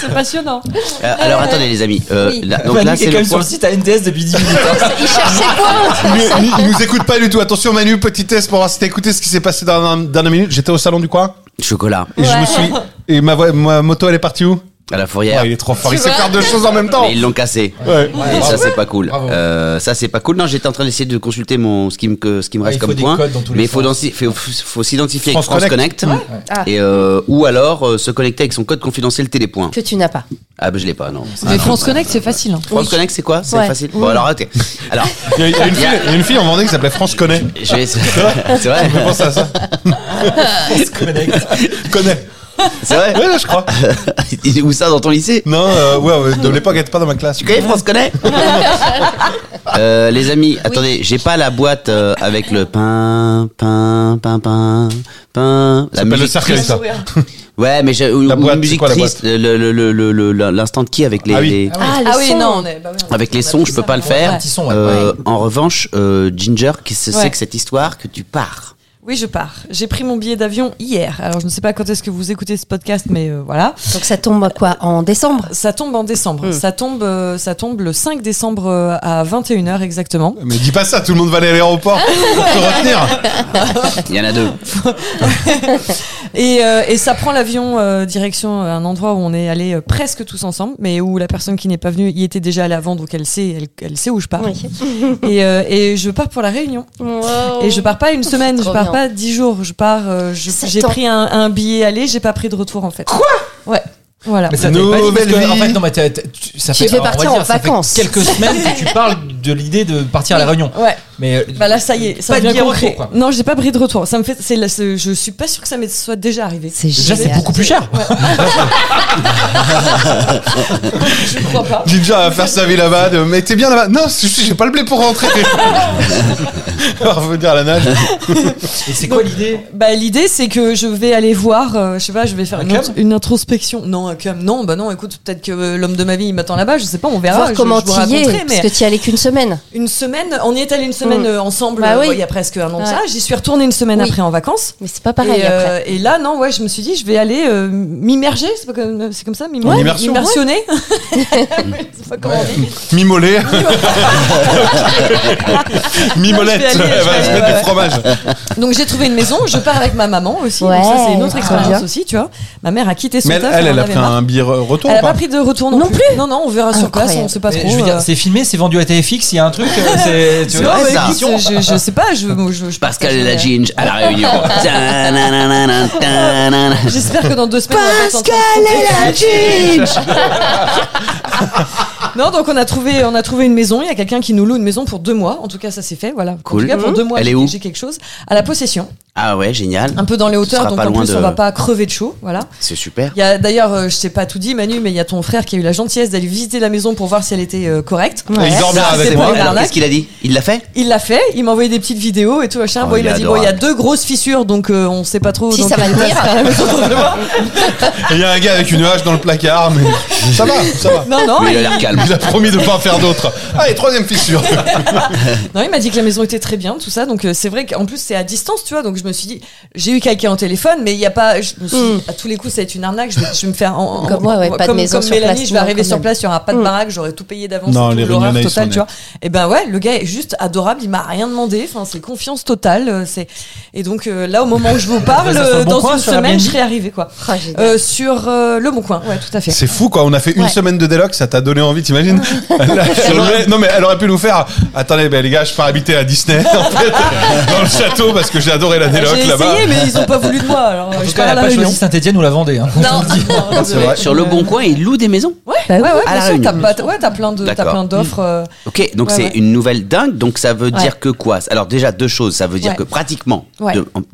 E: C'est passionnant.
B: Euh, alors, attendez, les amis. Euh, là- donc là,
A: Manu qui est
B: c'est
A: quand
B: le
A: même sur
B: point.
A: le site à NTS depuis 10 minutes.
G: Il cherchait quoi
C: Il il nous écoute pas du tout. Attention, Manu, petit test pour voir si t'as écouté ce qui s'est passé dans la dernière minute. J'étais au salon du coin
B: Chocolat.
C: et je me suis. Et ma, voie- ma moto, elle est partie où
B: À la
C: Oh,
B: fourrière.
C: Il est trop fort, il
G: Tu
C: sait
G: vois
C: faire deux choses en même temps.
B: Mais ils l'ont cassé.
C: Ouais.
B: Et ça c'est pas cool.
A: Ah Bravo.
B: Euh, ça c'est pas cool. Non, j'étais en train d'essayer de consulter mon ce qui me que- ce qui me
A: Ouais,
B: reste
A: Ah, il faut
B: comme
A: des
B: point.
A: codes dans tous les
B: Mais il faut,
A: sens.
B: danser- faut, faut s'identifier avec
C: France
B: France Connect,
E: Ah.
B: et euh, ou alors euh, se connecter avec son code confidentiel télépoint.
D: que tu n'as pas.
B: Ah ben je l'ai pas non.
E: Mais France Connect, c'est facile. hein.
B: France Connect c'est quoi C'est
D: Ouais.
B: facile. Bon alors ok. Alors
C: Il y a- il y a
B: Il
C: une
B: y
C: fille-
B: a-
C: il y a une fille en Vendée qui s'appelait France Connaît.
B: je vais c'est vrai.
C: Je pense à ça. Connaît.
B: C'est vrai.
C: Ouais, là, je crois.
B: Il est Où ça dans ton lycée
C: Non, euh, ouais, ouais, de l'époque, elle était pas dans ma classe.
B: Tu connais France Connect Euh, les amis, attendez, j'ai pas la boîte euh, avec le pain, pain, pain, pain, pain.
C: Ça
B: La
C: s'appelle le
B: musique
C: cercueil,
E: Ah
C: ça.
B: Ouais, mais j'ai ou-
C: La
B: ou une
C: boîte, c'est
B: musique
C: quoi, la
B: triste, le- le- le- le- le- le- l'instant de qui avec les,
C: Ah oui.
B: les-
D: Ah, le
E: Ah oui,
D: son.
E: non, on est. bah oui, on-
B: avec les
E: on a
B: sons,
E: fait
B: je peux
E: ça.
B: pas le
A: ouais.
B: faire.
A: Un petit son, ouais.
B: Euh, En revanche, euh, Ginger, qu'est-ce que
E: Ouais.
B: c'est que cette histoire que tu pars
E: Oui, je pars. J'ai pris mon billet d'avion hier. Alors, je ne sais pas quand est-ce que vous écoutez ce podcast, mais euh, voilà.
D: Donc ça tombe à quoi En décembre
E: Ça tombe en décembre. Ça tombe, euh, ça tombe le 5 décembre euh, à 21h exactement.
C: Mais dis pas ça, tout le monde va aller à l'aéroport pour te retenir.
B: Il y en a deux.
E: Et, euh, et ça prend l'avion euh, direction un endroit où on est allé euh, presque tous ensemble, mais où la personne qui n'est pas venue y était déjà allée avant, donc elle sait, elle, elle sait où je pars. Et, euh, et je pars pour la Réunion. Et
D: Oh.
E: je pars pas une semaine, je
G: Trop
E: pars
G: bien.
E: pas dix jours, je pars. euh, je-
D: Sept
E: j'ai
D: ans.
E: pris un, un billet aller, j'ai pas pris de retour en fait. Quoi Ouais. Voilà.
A: Mais ça t'avait pas dit, parce
C: Nouvelle
A: que, en
C: vie.
A: fait, non, mais t'as- t'as- tu- ça fait,
D: Tu devais
A: on va
D: partir
A: dire,
D: en
A: ça fait
D: vacances.
A: quelques semaines que tu parles de l'idée de partir à la Réunion.
E: Ouais.
A: Mais euh,
E: Bah là, ça y est, ça
A: Pas de
E: devient
A: billet
E: concret.
A: retour, quoi.
E: Non, j'ai pas pris de retour. Ça me fait, c'est, la- c'est- je suis pas sûr que ça m'est soit déjà arrivé.
D: C'est
A: déjà, c'est
D: génial.
A: beaucoup plus cher.
E: Je crois pas.
C: Ginger va faire sa vie là-bas. de, Mais t'es bien là-bas. Non, c'est juste que j'ai pas le blé pour rentrer. On va revenir à la nage.
A: Et c'est quoi l'idée
E: Bah l'idée c'est que je vais aller voir, euh, je sais pas, je vais faire
A: Un
E: une,
A: cam
E: int- une introspection. Non, un cam, non, bah non. Écoute, peut-être que euh, l'homme de ma vie il m'attend là-bas, je sais pas, on verra.
D: Voir
E: je-
D: comment
E: je vous
D: t'y es,
E: raconterai, mais-
D: parce que t'y allais qu'une semaine.
E: Une semaine, on y est allé une semaine
D: Mm.
E: euh, ensemble
D: Bah
E: euh,
D: oui.
E: il y a presque un an de ça.
D: Ouais.
E: J'y suis retournée une semaine
D: Oui.
E: après en vacances.
D: Mais c'est pas pareil
E: et, euh,
D: après.
E: et là, non, ouais, je me suis dit, je vais aller euh, m'immerger, c'est pas comme, c'est comme ça, m'immerger.
C: En immersion.
E: M'immersionner. c'est pas comment on dit.
C: Mimolé. Mimolette.
E: Je vais aller,
C: Elle va
E: je vais
C: se
E: aller,
C: mettre
E: ouais.
C: du fromage.
E: Donc j'ai trouvé une maison, je pars avec ma maman aussi.
D: Ouais,
E: donc ça, c'est une autre
D: trop
E: expérience
D: bien.
E: aussi, tu vois. Ma mère a quitté son
C: Mais elle,
E: taf.
C: elle, elle
E: en
C: a
E: avait
C: pris
E: marre.
C: un bière retour
E: Elle
C: ou
E: a
C: pas
E: pas pris de retour non,
D: Non
E: plus. Non, non, on verra sur place,
D: Incroyable.
E: on sait pas
A: Mais
E: trop.
A: je veux
E: euh,
A: dire, c'est filmé, c'est vendu à TFX, il y a un truc, euh, c'est. Tu
E: c'est
A: vois,
E: vrai,
B: vrai,
A: c'est
B: ça.
E: écoute,
A: émission.
E: je, je sais pas, je, je, je
B: Pascal et la ginge à la réunion. Ta-na-na-na-na, ta-na-na.
E: J'espère que dans deux semaines. on va pas s'entendre. Non, donc on a trouvé, on a trouvé une maison. Il y a quelqu'un qui nous loue une maison pour deux mois. En tout cas, ça s'est fait. Voilà. En
B: Cool.
E: tout cas, pour
B: Mhm.
E: deux mois,
B: Elle est
E: j'ai-
B: où
E: j'ai quelque chose à la possession,
B: Ah ouais, génial.
E: un peu dans les
B: Ce sera
E: hauteurs. Donc
B: pas
E: en
B: loin
E: plus,
B: de-
E: on va pas crever de chaud. Voilà.
B: C'est super.
E: Il y a d'ailleurs, euh, je sais pas tout dit, Manu, mais il y a ton frère qui a eu la gentillesse d'aller visiter la maison pour voir si elle était euh, correcte.
D: Ouais.
C: Il dort bien
E: Ça,
C: avec
E: Ah, c'est
C: moi.
E: pas une
B: Alors,
E: arnaque.
B: qu'est-ce qu'il a dit Il l'a fait
E: Il l'a fait, il m'a envoyé des petites vidéos et tout machin.
B: Oh,
E: bon, il
B: il
E: m'a
B: est
E: dit bon, il y a
B: adorable.
E: deux grosses fissures, donc euh, on sait pas trop.
D: Si
E: dans
D: ça va
E: quel état
D: tenir.
E: sera la maison.
C: Et Il y a un gars avec une hache dans le placard, mais ça va, ça va.
E: non, non,
B: Mais
E: Oh, il,
B: Il a l'air calme.
C: Il a promis de pas en faire d'autres. Ah, et troisième fissure.
E: non, il m'a dit que la maison était très bien, tout ça. Donc euh, c'est vrai qu'en plus c'est à distance, tu vois. Donc je me suis dit, j'ai eu quelqu'un au téléphone, mais il y a pas. Je me suis dit, à tous les coups, ça va être une arnaque. Je vais, je vais me faire en, en-
D: Hmm. Comme moi, ouais, pas de
E: comme,
D: maison
E: comme
D: sur
E: Mélanie,
D: place,
E: je vais
D: non,
E: arriver
D: quand
E: sur
D: même. Hmm.
E: place, il y aura pas de baraque, j'aurais tout payé d'avance,
C: Non,
E: et tout,
C: les
E: l'horreur
C: Réunionnais, ils
E: totale,
C: sont
E: tu vois. Et ben ouais, le gars est juste adorable. Il m'a rien demandé. Enfin, c'est confiance totale. euh, C'est et donc euh, là, au moment où je vous parle,
A: Ça sent
E: euh,
A: bon
E: dans
A: coin,
E: une
A: sur
E: semaine,
A: Airbnb
E: je serai arrivée quoi.
D: Oh, génial.
E: Euh, sur euh, le Bon Coin, ouais, tout à fait.
C: C'est fou quoi, on a fait une
D: Ouais.
C: semaine de déloc, ça t'a donné envie, t'imagines Elle a- sur le- Non mais elle aurait pu nous faire. Attendez, ben, les gars, je pars habiter à Disney en fait, dans le château parce que j'ai adoré la
E: J'ai
C: déloc là-bas.
E: essayé, mais ils ont pas voulu de moi. Alors,
A: En
E: euh,
A: tout
E: je
A: cas,
E: pars à
A: elle
E: la
A: a pas
E: réunion.
A: choisi Saint-Etienne ou la Vendée. hein.
E: Non, non,
C: C'est vrai.
E: désolé.
B: Sur le bon coin, il loue des maisons.
E: Ouais,
D: Bah
E: ouais, ouais,
B: À la
E: bien sûr,
B: Réunion.
E: t'as pas- ouais, t'as plein de, t'as
B: D'accord.
E: plein d'offres.
A: Mm.
E: euh,
B: Ok, donc
E: Ouais,
B: c'est
E: ouais.
B: une nouvelle dingue. Donc ça veut
E: Ouais.
B: dire que quoi Alors déjà deux choses. Ça veut dire
E: Ouais.
B: que pratiquement,
E: Ouais.
B: de- en- de-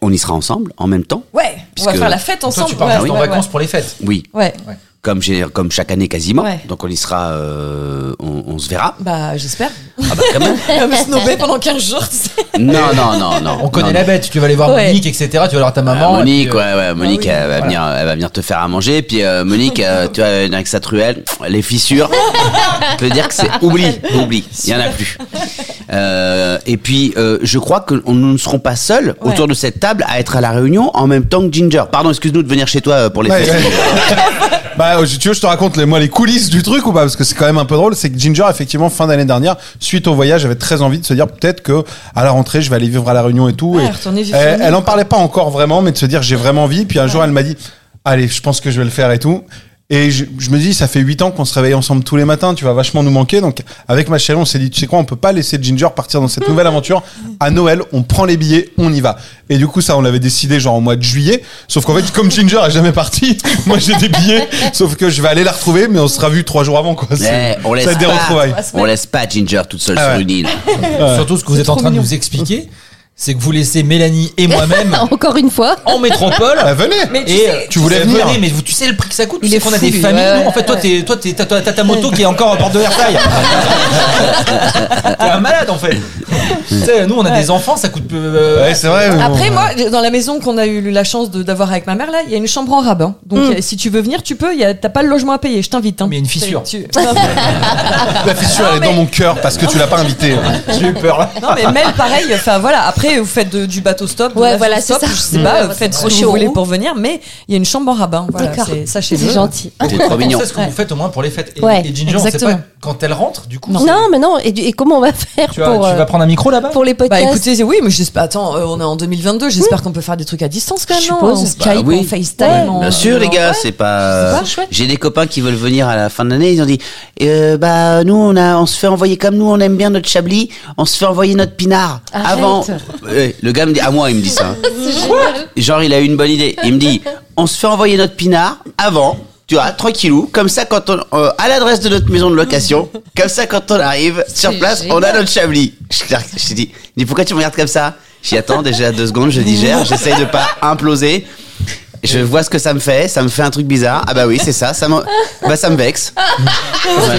B: on y sera ensemble en même temps.
E: Ouais, on va
B: Puisque-
E: faire la fête
A: Toi,
E: ensemble.
A: tu pars
E: ouais,
A: juste en
E: ouais,
A: vacances pour les fêtes.
B: Oui,
E: Ouais. Ouais.
B: comme j'ai comme chaque année quasiment.
E: Ouais.
B: Donc on y sera, euh, on, on se verra.
E: Bah, j'espère.
B: Ah bah quand même.
E: Elle va me snobber pendant 15 jours, tu sais.
B: non non non non.
A: On connaît
B: non,
A: la bête, tu vas aller voir
E: Ouais.
A: Monique, etc. Tu vas aller voir ta
B: Ah,
A: maman.
B: Monique,
A: et puis, euh,
B: ouais, ouais, Monique,
E: oui.
B: elle, va
A: Voilà.
B: venir, elle va venir te faire à manger. Puis euh, Monique, euh, tu vois, avec sa truelle, les fissures, on peut dire que c'est oublie, oublie, il y en a plus. Euh, et puis, euh, je crois que on- nous ne serons pas seuls
E: Ouais.
B: autour de cette table à être à la réunion en même temps que Ginger. Pardon, excuse-nous de venir chez toi euh, pour les
C: Ouais,
B: fêtes.
C: ouais. bah, je- tu veux, je te raconte les, moi les coulisses du truc ou pas Parce que c'est quand même un peu drôle. C'est que Ginger, effectivement, fin d'année dernière, suite au voyage, avait très envie de se dire peut-être que à la rentrée, je vais aller vivre à la Réunion et tout.
E: Ouais,
C: et
E: retourner vivre sur
C: elle,
E: l'île,
C: elle en
E: quoi.
C: parlait pas encore vraiment, mais de se dire j'ai vraiment envie. Puis un jour, elle m'a dit allez, je pense que je vais le faire et tout. Et je, je me dis, ça fait huit ans qu'on se réveille ensemble tous les matins, tu vas vachement nous manquer. Donc, avec ma chérie, on s'est dit, tu sais quoi, on peut pas laisser Ginger partir dans cette nouvelle aventure. À Noël, on prend les billets, on y va. Et du coup, ça, on l'avait décidé genre au mois de juillet. Sauf qu'en fait, comme Ginger est jamais partie, moi j'ai des billets. Sauf que je vais aller la retrouver, mais on sera vu trois jours avant, quoi. C'est-
B: Eh, on laisse
C: ça va être des
B: pas.
C: retrouvailles.
B: On laisse pas Ginger toute seule
C: Ah
B: sur
C: ouais.
B: une île.
A: euh, Surtout ce que vous êtes en train de nous expliquer, c'est que vous laissez Mélanie et moi-même
D: Encore une fois.
A: en métropole.
C: Bah, venez!
E: Mais tu
A: Et
E: sais,
A: euh,
C: tu voulais
A: sais,
C: venir.
A: venez, mais vous- tu sais le prix que ça coûte. Tu
E: Il
A: sais
E: est
A: qu'on a
E: fou,
A: des
E: lui,
A: familles.
E: ouais,
A: Non, en fait, toi,
E: ouais.
A: t'es- toi, t'es- t'as t'as- t'as ta moto qui est encore à bord de Versailles. T'es un malade, en fait. Tu sais, nous, on a des enfants, ça coûte. euh,
C: Ouais, c'est vrai. mais bon.
E: Après, moi, dans la maison qu'on a eu la chance de- d'avoir avec ma mère, là, il y a une chambre en rabat. Donc,
D: Mm.
E: euh, si tu veux venir, tu peux. il y a- T'as pas le logement à payer, je t'invite. Hein.
A: Mais il y a une fissure.
E: Tu- Non, mais-
C: la fissure, elle est dans mon cœur parce que tu l'as pas invitée.
A: J'ai eu peur, là.
E: non, mais Mel, pareil. Enfin, voilà. Après, vous faites de- du bateau stop. de
D: Ouais,
E: l'avion
D: voilà, c'est
E: stop,
D: ça.
E: Je sais
D: Mmh.
E: pas,
D: Ouais,
E: faites ce
D: c'est
E: que
D: chaud.
E: vous voulez pour venir, mais il y a une chambre en rabat. Voilà,
D: D'accord.
E: c'est- sachez-le.
D: C'est gentil.
B: C'est trop mignon.
A: C'est ce que vous faites au moins pour les fêtes. Et,
D: Ouais,
A: et Ginger, on sait
E: exactement.
A: pas quand elle rentre, du coup.
D: Non,
A: c'est-
D: mais non. Et, du- et comment on va faire
A: Ah, Tu, vas-
D: pour,
A: tu
D: euh,
A: vas prendre un micro là-bas
D: pour les
E: Bah
D: podcasts
E: écoutez, c'est- oui, mais j'espère. Attends, euh, on est en 2022, j'espère qu'on peut faire des trucs à distance quand même.
D: Je
E: non
D: suppose.
E: En Skype,
B: oui.
E: en FaceTime.
D: Ouais,
E: en-
B: Bien sûr, les
E: en-
B: gars,
E: Euh, ouais.
B: c'est pas. euh,
E: C'est pas chouette.
B: J'ai des copains qui veulent venir à la fin de l'année. Ils ont dit, euh, bah nous, on a, on se fait envoyer comme nous, on aime bien notre Chablis. On se fait envoyer notre pinard
D: Arrête.
B: avant. Euh, le gars me dit, à moi, il me dit ça. Genre, il a eu une bonne idée. Il me dit, on se fait envoyer notre pinard avant. Tu vois, tranquillou, comme ça quand on euh, à l'adresse de notre maison de location, comme ça quand on arrive sur
G: C'est
B: place, on a
G: génial.
B: notre chablis. Je l'ai- je l'ai dit, il dit pourquoi tu me regardes comme ça J'y attends déjà deux secondes, je digère, j'essaye de pas imploser. Je vois ce que ça me fait, ça me fait un truc bizarre. Ah bah oui, c'est ça, ça me, bah ça me vexe.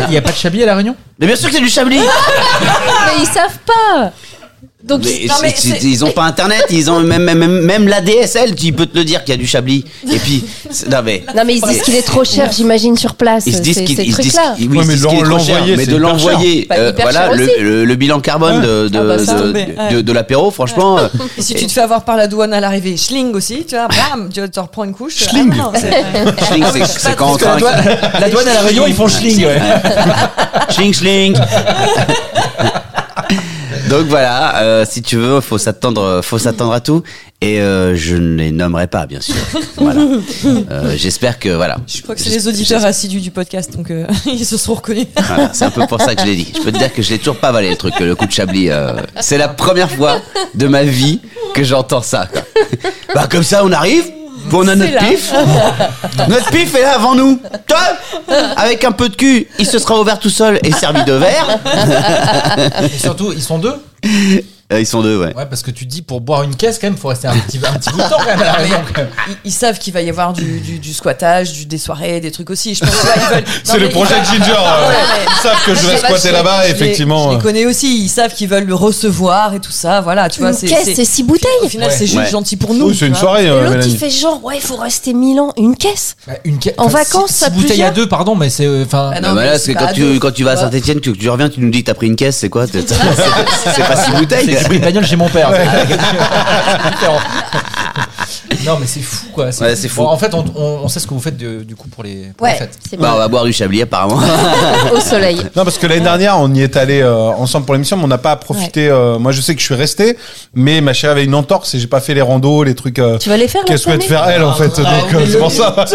A: Il n'y a pas de chablis à La Réunion
B: Mais bien sûr que c'est du chablis.
D: Mais ils savent pas.
E: Donc,
B: Mais
E: non, mais
B: c'est- c'est-
E: c'est-
B: ils ont pas internet, ils ont même, même, même, même la DSL, tu peux te le dire qu'il y a du chablis. Et puis, c'est- non mais.
D: Non, mais ils se disent qu'il est trop cher, j'imagine, sur place.
B: Ils se disent
D: ces-
B: qu'ils
D: ces
B: ils se disent
D: trucs-là.
B: qu'ils- oui,
C: Ouais,
B: ils
C: mais
B: disent qu'il est trop cher,
C: l'envoyer,
B: mais
C: c'est
B: de
C: hyper
B: l'envoyer,
E: Bah,
G: Pas
B: euh,
G: hyper
B: voilà
G: cher
B: le,
G: aussi.
B: le- le bilan carbone de, de,
E: Ah bah ça,
B: de,
E: mais, ouais.
B: de- de l'apéro, franchement. euh,
E: Et si tu te fais avoir par la douane à l'arrivée, schling aussi, tu vois, bam, tu te reprends une couche. Ah Schling
B: schling,
E: Ah
B: c'est- c'est quand on
A: Parce que la
B: trinque.
A: douane, la douane à la Réunion, ils font schling. ouais.
B: Schling, schling. Donc voilà, euh, si tu veux, faut s'attendre, faut s'attendre à tout. Et euh, je ne les nommerai pas, bien sûr. Voilà. Euh, J'espère que voilà.
E: Je crois que c'est les auditeurs assidus du podcast, donc euh, ils se sont reconnus.
B: Voilà, c'est un peu pour ça que je l'ai dit. Je peux te dire que je l'ai toujours pas avalé le truc, le coup de Chablis. euh, c'est la première fois de ma vie que j'entends ça. quoi. Bah comme ça, on arrive. puis On a notre
E: là.
B: pif. Notre pif est là avant nous. Top Avec un peu de cul, il se sera ouvert tout seul et servi de verre.
A: Et surtout, ils sont deux.
B: Euh, ils sont deux, ouais.
A: Ouais, parce que tu te dis pour boire une caisse, quand même, faut rester un petit, un petit bout de temps quand même à la Réunion. quand même.
E: Ils, ils savent qu'il va y avoir du, du, du squattage, du, des soirées, des trucs aussi. Je pense que là, ils veulent- Non,
C: C'est
E: mais
C: le
E: ils
C: projet
E: veulent-
C: de Ginger.
E: Ouais,
C: euh,
E: mais-
C: Ils savent que je vais
E: sais pas,
C: squatter
E: je-
C: là-bas,
E: je les- Je
C: effectivement. euh.
E: les connais aussi, ils savent qu'ils veulent le recevoir et tout ça. Voilà, tu vois,
D: Une
E: c'est.
D: caisse, c'est
E: c'est-
D: six bouteilles.
E: Au final,
A: Ouais.
E: c'est juste
B: Ouais.
E: gentil pour nous.
C: Oui, c'est
E: tu
C: une
E: vois.
C: soirée, euh,
D: L'autre, il
C: Mélanie.
D: fait genre, ouais, il faut rester mille ans. Une caisse
A: Ouais, Une caisse.
D: En vacances, ça
A: bouteille
D: plusieurs.
A: à deux, pardon, mais c'est euh, enfin.
E: Ah
B: Non,
E: Non,
B: mais
E: mais
B: là,
E: c'est
B: c'est
E: pas
B: quand
E: à
B: tu,
E: deux,
B: quand tu vas à
E: tu vois.
B: Saint-Etienne, que tu reviens, tu nous dis que t'as pris une caisse, c'est quoi C'est c'est- c'est pas six bouteilles Bah,
A: C'est des bagnole chez mon père. non, mais c'est fou quoi.
B: Ouais, c'est fou.
A: Bon, en fait, on, on- on sait ce que vous faites de- du coup pour les, pour les
D: Ouais,
A: fêtes.
D: c'est
B: Bah, on
D: bon.
B: va boire du Chablis, apparemment.
D: Au soleil.
C: Non, parce que l'année dernière, on y est allé euh, ensemble pour l'émission, mais on n'a pas profité. euh, moi, je sais que je suis resté, mais ma chérie avait une entorse et j'ai pas fait les randos, les trucs euh,
D: Tu vas les faire
C: qu'elle
D: là, cette
C: souhaite
D: année
C: faire elle, en fait. Donc, euh, c'est pour ça.
E: Ah,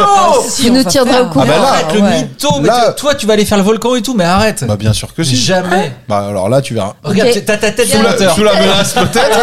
E: si,
D: Tu
E: on
D: nous
E: va
D: tiendras
E: faire.
D: au courant.
C: Ah bah là,
A: Arrête le
E: ouais.
A: mytho, mais
C: Là-
A: tu- toi tu vas aller faire le volcan et tout, mais arrête.
C: Bah, bien sûr que si.
A: Jamais.
C: Bah, alors là, tu verras.
A: Regarde,
D: Ok.
A: tu- t'as ta tête de
C: Sous la,
A: menteur.
C: sous la menace, peut-être.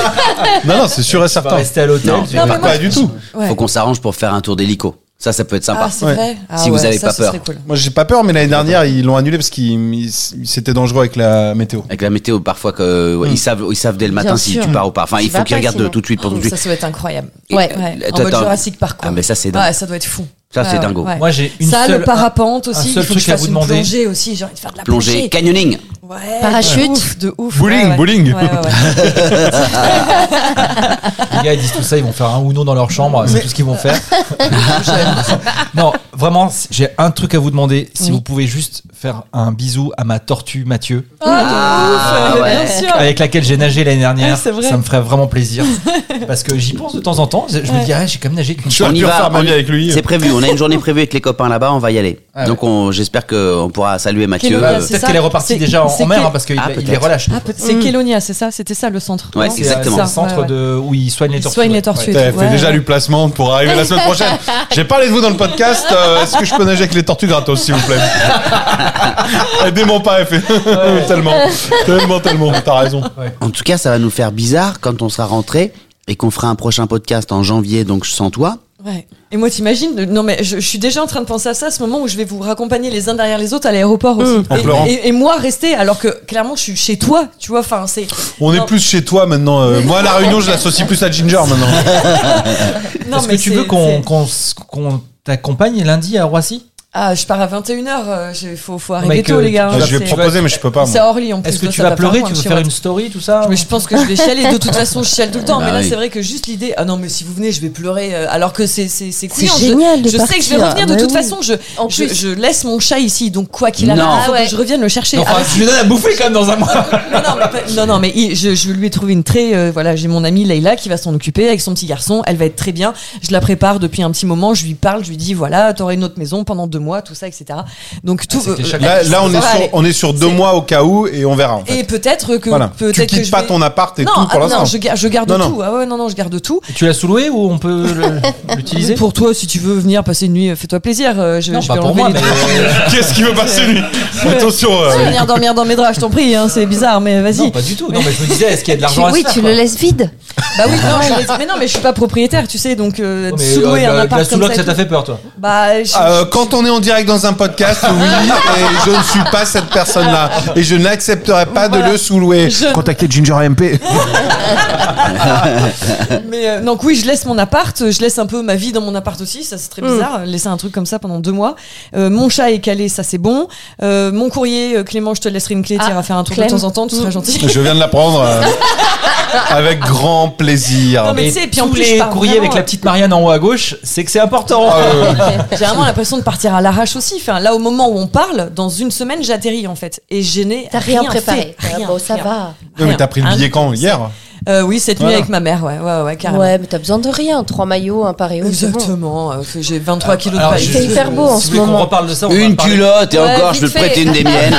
C: non, non, c'est sûr
A: Tu
C: et
A: vas
C: certain.
A: rester à l'hôtel.
B: Non,
A: tu
B: non,
A: vas-
B: mais moi,
C: Pas du tout.
E: Ouais.
B: Faut qu'on s'arrange pour faire un tour d'hélico. Ça, ça peut être sympa.
E: Ah, c'est
C: Ouais.
E: vrai. Ah
B: Si vous
E: ouais,
B: avez
E: ça,
B: pas
E: ce serait
B: peur.
E: cool.
C: Moi, j'ai pas peur, mais l'année dernière, ils l'ont annulé parce qu'ils ils- c'était dangereux avec la météo.
B: Avec la météo, parfois, que, ouais, ils, savent, ils savent dès le matin
D: Hmm. Bien
B: si
D: sûr.
B: tu pars ou pas. Enfin,
D: Tu
B: il faut
D: vas
B: qu'ils
D: pas,
B: regardent
D: sinon. Oh,
B: tout de suite pour tout de
E: Ça,
B: suite.
E: ça doit être incroyable.
B: Et- euh,
D: Ouais.
E: Ouais,
B: Attends,
E: en mode
B: attends.
E: Jurassic Park. quoi.
B: Ah, mais ça, c'est dingue.
E: Ouais, ça doit être fou.
B: Ça,
E: Ouais,
B: c'est
E: ouais,
B: dingo.
E: ouais.
A: Moi, j'ai une
E: ça,
A: seule-
E: le parapente
A: un
E: aussi.
A: seul
E: il faut
A: truc
E: que je
A: à
E: fasse
A: vous
E: une
A: demander.
E: plongée aussi. J'ai envie de faire de la
B: Plongée,
E: plongée.
B: canyoning.
E: Ouais,
D: Parachute.
E: de ouf, de ouf.
C: Bowling,
E: ouais, ouais.
C: bowling.
E: Ouais, ouais, ouais.
A: Les gars, ils disent tout ça, ils vont faire un ou non dans leur chambre, c'est tout ce qu'ils vont faire. non, vraiment, c- j'ai un truc à vous demander. Si
E: Oui.
A: vous pouvez juste faire un bisou à ma tortue Mathieu,
E: Ah, de ouf,
B: ouais.
E: bien sûr.
A: avec laquelle j'ai nagé l'année dernière,
E: Ouais, Ah c'est vrai.
A: ça me ferait vraiment plaisir. Parce que j'y pense de temps en temps. Je me dis, ah, j'ai quand même nagé avec une
C: Je
B: On
C: vais
B: y
C: plus
B: va,
C: refaire ma
B: on y-
C: vie avec lui.
B: C'est prévu. On a une journée prévue avec les copains là-bas. On va y aller.
A: Ah ouais.
B: Donc, on- j'espère qu'on pourra saluer
E: Quel
B: Mathieu.
E: horaire,
B: Euh,
E: c'est
A: Peut-être
E: ça.
A: qu'elle est repartie
E: C'est-
A: déjà en,
E: c'est
A: en mer,
E: que-
A: hein, parce qu'il
B: Ah,
A: il les
B: peut-être.
A: relâche.
E: Ah, peut- c'est Kélonia, c'est ça C'était ça le centre
B: Ouais,
E: non
A: C'est,
B: c'est
A: euh,
B: exactement.
A: Mm. C'est un
E: Ça, ouais,
A: centre
E: ouais.
A: de, où ils soignent les
E: Ils
A: tortues.
E: soignent les
A: ouais.
E: tortues.
A: Ouais.
C: T'as
E: tout,
C: fait
E: ouais,
C: déjà
E: ouais.
C: du placement pour arriver la semaine prochaine. J'ai parlé de vous dans le podcast. euh, Est-ce que je peux nager avec les tortues gratos, s'il vous plaît Elle dément pas, elle fait tellement, tellement, tellement. T'as raison.
B: En tout cas, ça va nous faire bizarre quand on sera rentré et qu'on fera un prochain podcast en janvier. Donc, sans toi.
E: Ouais. Et moi, t'imagines le- Non, mais je, je suis déjà en train de penser à ça, ce moment où je vais vous raccompagner les uns derrière les autres à l'aéroport
A: Mmh.
E: aussi.
C: En
E: Et-
C: pleurant.
E: et, et moi, rester, alors que clairement, je suis chez toi, tu vois. Enfin, c'est.
C: On
E: Non.
C: est plus chez toi maintenant. euh, moi, à la réunion, je l'associe plus à Ginger maintenant.
E: Non,
A: Est-ce que
E: mais
A: tu
E: c'est-
A: veux qu'on,
E: c'est-
A: qu'on s- qu'on t'accompagne lundi à Roissy
E: Ah, je pars à 21h, il euh, faut, faut
A: mais
E: arriver
A: que
E: tôt, les gars.
A: tu
E: hein,
A: vas-
C: je vais
E: c'est-
C: proposer, mais je peux pas.
E: C'est
C: Moi.
E: à Orly en plus.
A: Est-ce que
E: donc
A: tu
E: ça
A: vas
E: pas
A: pleurer
E: loin
A: Tu
E: de
A: veux
E: chez
A: faire
E: moi.
A: une story, tout ça
E: mais je pense que je vais chialer. De toute façon, je chiale tout le temps.
B: Bah
E: mais là,
B: oui.
E: c'est vrai que juste l'idée. Ah non, mais si vous venez, je vais pleurer. euh, Alors que c'est c'est c'est couillant. Je-
D: génial de
E: Je, sais que je vais
D: partir.
E: revenir. De
D: Mais
E: toute
D: oui.
E: façon, je,
D: En
E: je,
D: plus.
E: je laisse mon chat ici. Donc quoi qu'il arrive,
B: Non.
E: il faut
D: Ah ouais.
E: que je revienne le chercher.
A: Non,
E: Ah,
A: enfin, tu lui donnes à bouffer quand même dans un mois.
E: non, non, mais, pas- non, non, mais il- je, je lui ai trouvé une très. euh, voilà, j'ai mon amie Leïla qui va s'en occuper avec son petit garçon. Elle va être très bien. Je la prépare depuis un petit moment. Je lui parle. Je lui dis voilà, t'auras une autre maison pendant deux mois, tout ça, etc. Donc tout. euh,
A: c'est que chaque-
C: Là, là, on, est
E: Ça va
C: sur,
E: aller.
C: on est sur deux
E: C'est-
C: mois au cas où et on verra. En fait.
E: Et peut-être que.
C: Voilà.
E: peut-être
C: Tu
E: que
C: quittes
E: je
C: pas
E: vais-
C: ton appart et
E: non,
C: tout pour
E: ah,
C: l'instant.
E: non, je, gar- je garde
C: Non, non.
E: tout. Ah ouais, non, non, je garde tout.
A: Tu l'as sous loué ou on peut le- l'utiliser
E: Pour toi, si tu veux venir passer une nuit, euh, fais-toi plaisir. euh, Je,
A: Non,
E: je
A: pas
E: vais
A: pour
E: enlever
A: moi,
E: les-
A: mais euh,
C: Qu'est-ce qui veut passer lui Attention.
E: Je vais
C: euh,
E: venir dormir dans mes draps, je t'en prie, hein, c'est bizarre, mais vas-y.
A: non, pas du tout. Non, mais je me disais, est-ce qu'il y a de
D: Tu-
A: l'argent à se
D: Oui,
A: faire,
D: tu
A: quoi
D: le laisses vide.
E: Bah oui, non, je laisse- mais non, mais je suis pas propriétaire, tu sais, donc euh,
A: Ouais, mais,
E: sous-louer
A: euh,
E: un
A: la-
E: appart
A: la
E: comme
A: sous-loc,
E: ça. et
A: ça t'a
E: tout.
A: fait peur, toi
E: Bah, je-
C: euh,
E: je-
C: quand on est en direct dans un podcast, oui, et je ne suis pas cette personne-là. Et je n'accepterai pas de le sous-louer.
E: Je-
C: Contactez Ginger MP.
E: Mais euh, donc oui, je laisse mon appart, je laisse un peu ma vie dans mon appart aussi, ça c'est très
D: Mhm.
E: bizarre, laisser un truc comme ça pendant deux mois. Euh, mon chat est calé, ça c'est bon. Euh, mon courrier, euh, Clément, je te laisserai une clé, tu
D: Ah,
E: iras faire un tour
D: Clem. Mhm.
E: de temps en temps, tu seras gentil.
C: Je viens de l'apprendre euh, avec grand plaisir.
E: Non, mais
A: Et
E: tu sais, et puis en
A: tous
E: plus, je
A: les
E: pars
A: courriers
E: vraiment- euh,
A: avec la petite Marianne en haut à gauche, c'est que c'est important.
C: Ah,
E: J'ai vraiment l'impression de partir à l'arrache aussi. Enfin, là, au moment où on parle, dans une semaine, j'atterris en fait. Et je n'ai
D: T'as rien, préparé.
E: fait. Rien,
D: Ah bon, ça
E: rien.
D: va.
C: Non, mais t'as pris le
E: Rien.
C: billet quand hier
E: Euh, Oui, cette nuit
C: Voilà.
E: avec ma mère, ouais, ouais, ouais, carrément.
D: Ouais, mais t'as besoin de rien. Trois maillots, un pareo. c'est bon.
E: Exactement, euh, j'ai
C: Ah,
E: 23 kilos de
A: Alors,
E: paille.
A: je-
D: fait hyper beau en
A: si
D: ce
A: vous voulez qu'on
D: moment.
A: reparle de ça, on va
B: Une
A: parler-
B: culotte et
G: Ouais,
B: encore, je
G: vite
B: te prête
G: fait.
B: une des miennes.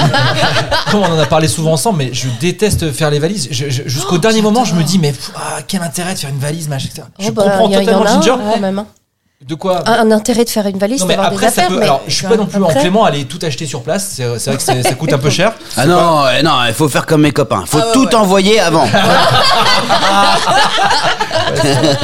A: Comme on en a parlé souvent ensemble, mais je déteste faire les valises. Je- je-
E: Oh,
A: Jusqu'au dernier moment, je me dis, mais pff, ah, quel intérêt de faire une valise, machin, etc. Je
D: Oh, bah,
A: comprends
D: y a- y en
A: totalement
D: a un,
A: Ginger.
D: quand même. hein.
A: De quoi
D: Un, un intérêt de faire une valise,
A: Non,
D: c'est
A: mais
D: d'avoir des
A: après, ça
D: affaires.
A: peut.
D: mais
A: Alors, je suis pas non plus en
D: après-
A: Clément, aller tout acheter sur place. C'est c'est vrai que c'est- ça coûte un peu cher.
B: Ah non, euh, non, il faut faire comme mes copains.
D: Ah
B: Faut tout envoyer avant.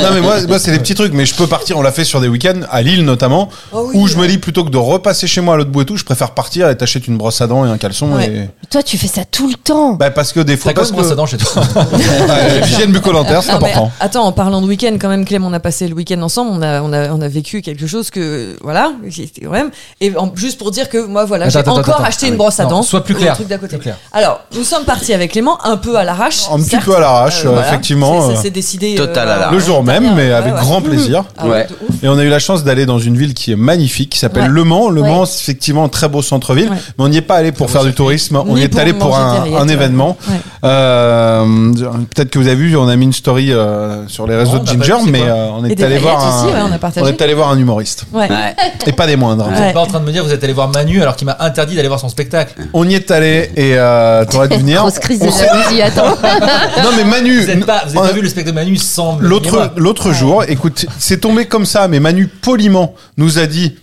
C: Non mais moi, moi c'est des petits trucs, mais je peux partir, on l'a fait sur des week-ends, à Lille notamment,
E: Oh oui.
C: où je me dis plutôt que de repasser chez moi à l'autre bout et tout, je préfère partir et t'achètes une brosse à dents et un caleçon.
E: Ouais.
C: Et...
D: Toi, tu fais ça tout le temps.
C: Bah parce que des fois...
A: T'as quoi
C: Parce
A: ce
C: que...
A: brosse à dents chez toi
C: Ouais, L'hygiène bucco-dentaire, c'est
E: Non, Ah, mais
C: important.
E: attends, en parlant de week-end, quand même, Clem, on a passé le week-end ensemble, on a, on a, on a vécu quelque chose que, voilà, c'était quand même. Et en- juste pour dire que moi, voilà, j'ai
A: Attends, attends,
E: encore
A: attends. Ah
E: acheté une brosse à
A: Non,
E: dents.
A: sois plus
E: et
A: clair,
E: un truc d'à côté.
A: plus clair.
E: Alors, nous sommes partis avec Clément, un peu à l'arrache.
C: Un petit
E: certes.
C: peu à l'arrache,
E: Euh,
C: euh,
E: voilà.
C: effectivement.
E: C'est- ça
C: euh,
E: s'est décidé.
B: Total à
E: Ah
B: l'arrache.
C: Le jour même, mais avec grand plaisir.
B: Ouais.
E: ouais. de ouf.
C: Et on a eu la chance d'aller dans une ville qui est magnifique, qui s'appelle
E: Ouais.
C: Le Mans. Le
D: Ouais.
C: Mans, c'est effectivement un très beau centre-ville,
E: Ouais.
C: mais on n'y est pas allé pour faire du tourisme, on
E: Ni
C: y est
E: pour
C: allé pour
E: manger
C: un,
E: des rillettes,
C: un
E: ouais.
C: événement.
E: Ouais.
C: Euh, Peut-être que vous avez vu, on a mis une story euh, sur les réseaux
A: on
C: de
A: n'a pas
C: Ginger,
A: vu, c'est
C: mais
A: quoi
C: euh, on
E: Et
C: est
E: des
C: allé voir
E: paillettes
C: un,
E: aussi, ouais, on a partagé.
C: est allé voir un humoriste,
E: Ouais.
B: Ouais.
C: et pas des moindres.
A: Vous
E: Ouais.
A: êtes pas en train de me dire, vous êtes allé voir Manu alors qu'il m'a interdit d'aller voir son spectacle.
C: On y est allé et euh, t'aurais dû venir.
D: Grosse crise de
C: On s'est-
D: jalousie, attends.
C: Non mais Manu,
A: Vous n'avez pas, vous avez pas
C: on-
A: vu le spectacle de Manu sans. me le
C: L'autre
A: dire.
C: l'autre jour, écoute, c'est tombé comme ça, mais Manu poliment nous a dit.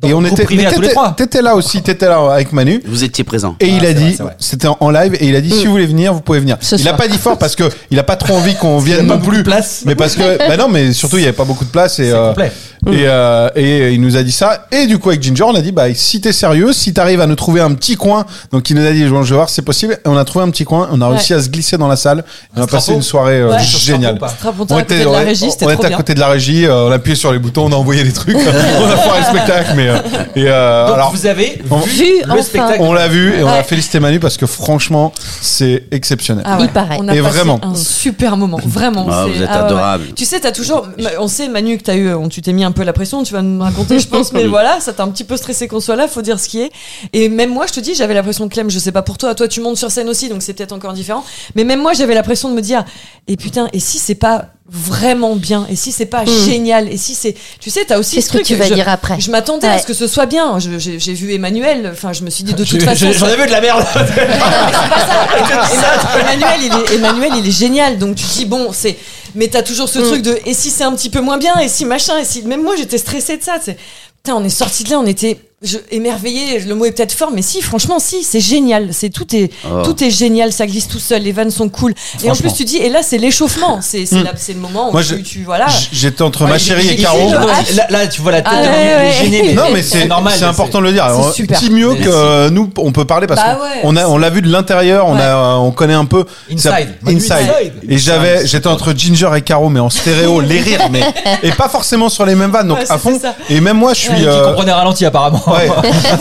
A: Dans
C: et
A: le
C: on
A: groupe
C: était,
A: privé
C: mais
A: à tous les
C: t'étais-
A: trois. Ah,
C: t'étais là aussi, t'étais là avec Manu.
B: Vous étiez présents.
C: Et il a
A: c'est vrai,
C: dit,
A: c'est vrai.
C: c'était en- en live, et il a dit si vous voulez venir, vous pouvez venir.
D: Mm. Ce
C: il a
D: soir.
C: pas dit fort parce que il a pas trop envie qu'on vienne
A: pas
C: non
A: beaucoup
C: plus.
A: de place.
C: Mais parce que, bah non, mais surtout il y avait pas beaucoup de place et
A: C'est
C: euh,
A: complet.
D: Mm.
C: et, euh, et il nous a dit ça. Et du coup avec Ginger, on a dit bah si t'es sérieux, si t'arrives à nous trouver un petit coin, donc il nous a dit bon, je vais voir, c'est possible. Et on a trouvé un petit coin, on a réussi à se glisser dans la salle. On a
A: Strapon
C: passé une soirée euh,
A: Ouais.
C: géniale.
A: Strapon ou pas
E: Strapontin à côté de la régie, c'était
C: on
E: trop
C: était à
E: bien.
C: côté de la régie, euh, on appuyait sur les boutons, on a envoyé des trucs, on a foiré le spectacle, mais euh, et euh,
A: Donc
C: alors
A: vous avez
C: on-
A: vu
D: enfin.
A: le spectacle.
C: on l'a vu et on a félicité Manu parce que franchement, c'est exceptionnel.
E: Ah
D: Il
E: ouais.
D: paraît.
E: On a
C: Et
E: passé
C: vraiment.
E: un super moment, vraiment.
B: Ah,
E: c'est-
B: vous êtes
E: ah ouais, ouais.
B: adorable.
E: Tu sais, t'as toujours, on sait Manu que t'as eu, euh, on- tu t'es mis un peu la pression, tu vas nous raconter, je pense, mais voilà, ça t'a un petit peu stressé qu'on soit là, faut dire ce qui est. Et même moi, je te dis, j'avais la pression, Clem, je sais pas pour toi, toi tu montes sur scène aussi, donc c'est peut-être encore différent. Mais même moi, j'avais la pression de me dire, et putain, et si c'est pas vraiment bien, et si c'est pas génial, et si c'est, tu sais, t'as aussi
D: Qu'est-ce
E: ce truc
D: que tu vas
E: je-
D: dire après
E: Je m'attendais à
D: Ouais.
E: ce que ce soit bien. Je- J'ai j'ai vu Emmanuel. Enfin, je me suis dit de
A: J'ai-
E: toute façon.
A: j'ai- J'en
E: ça-
A: ai vu de la merde.
E: Emmanuel, il est, Emmanuel, il est génial. Donc tu te dis bon, c'est. Mais t'as toujours ce truc de et si c'est un petit peu moins bien, et si machin, et si. Même moi, j'étais stressée de ça. C'est putain, on est sorti de là, on était je, émerveillé. Le mot est peut-être fort, mais si, franchement, si, c'est génial. C'est tout est
B: Oh.
E: tout est génial. Ça glisse tout seul. Les vannes sont cool. Et en
C: Franchement.
E: plus, tu dis et là, c'est l'échauffement. C'est c'est là- c'est le moment où
C: Moi,
E: tu,
C: je-
E: tu- voilà.
C: J- J'étais entre ma
A: Ouais,
C: chérie
A: j'ai-
C: et
A: j'ai-
C: Caro.
A: j'ai- Là, là, tu vois la tête
E: Ah
A: de
E: ouais,
A: Manu,
E: ouais.
A: il est gêné.
C: Non mais c'est
A: normal.
C: c'est important de le dire. Euh, Alors,
E: super.
C: Qui mieux
A: Mais
C: que euh, nous on peut parler parce
E: Bah
C: qu'on
E: ouais.
C: on a on l'a vu de l'intérieur, on
E: Ouais.
C: a on connaît un peu
A: Inside.
C: Ça-
A: Manu,
C: inside.
A: Inside.
C: Et j'avais j'étais entre Ginger et Caro mais en stéréo les rires mais et pas forcément sur les mêmes vannes donc
E: Ouais,
C: à
E: c'est
C: fond
E: ça.
C: et même moi je suis
A: Qui
C: euh,
A: comprenait ralenti apparemment.
C: Ouais.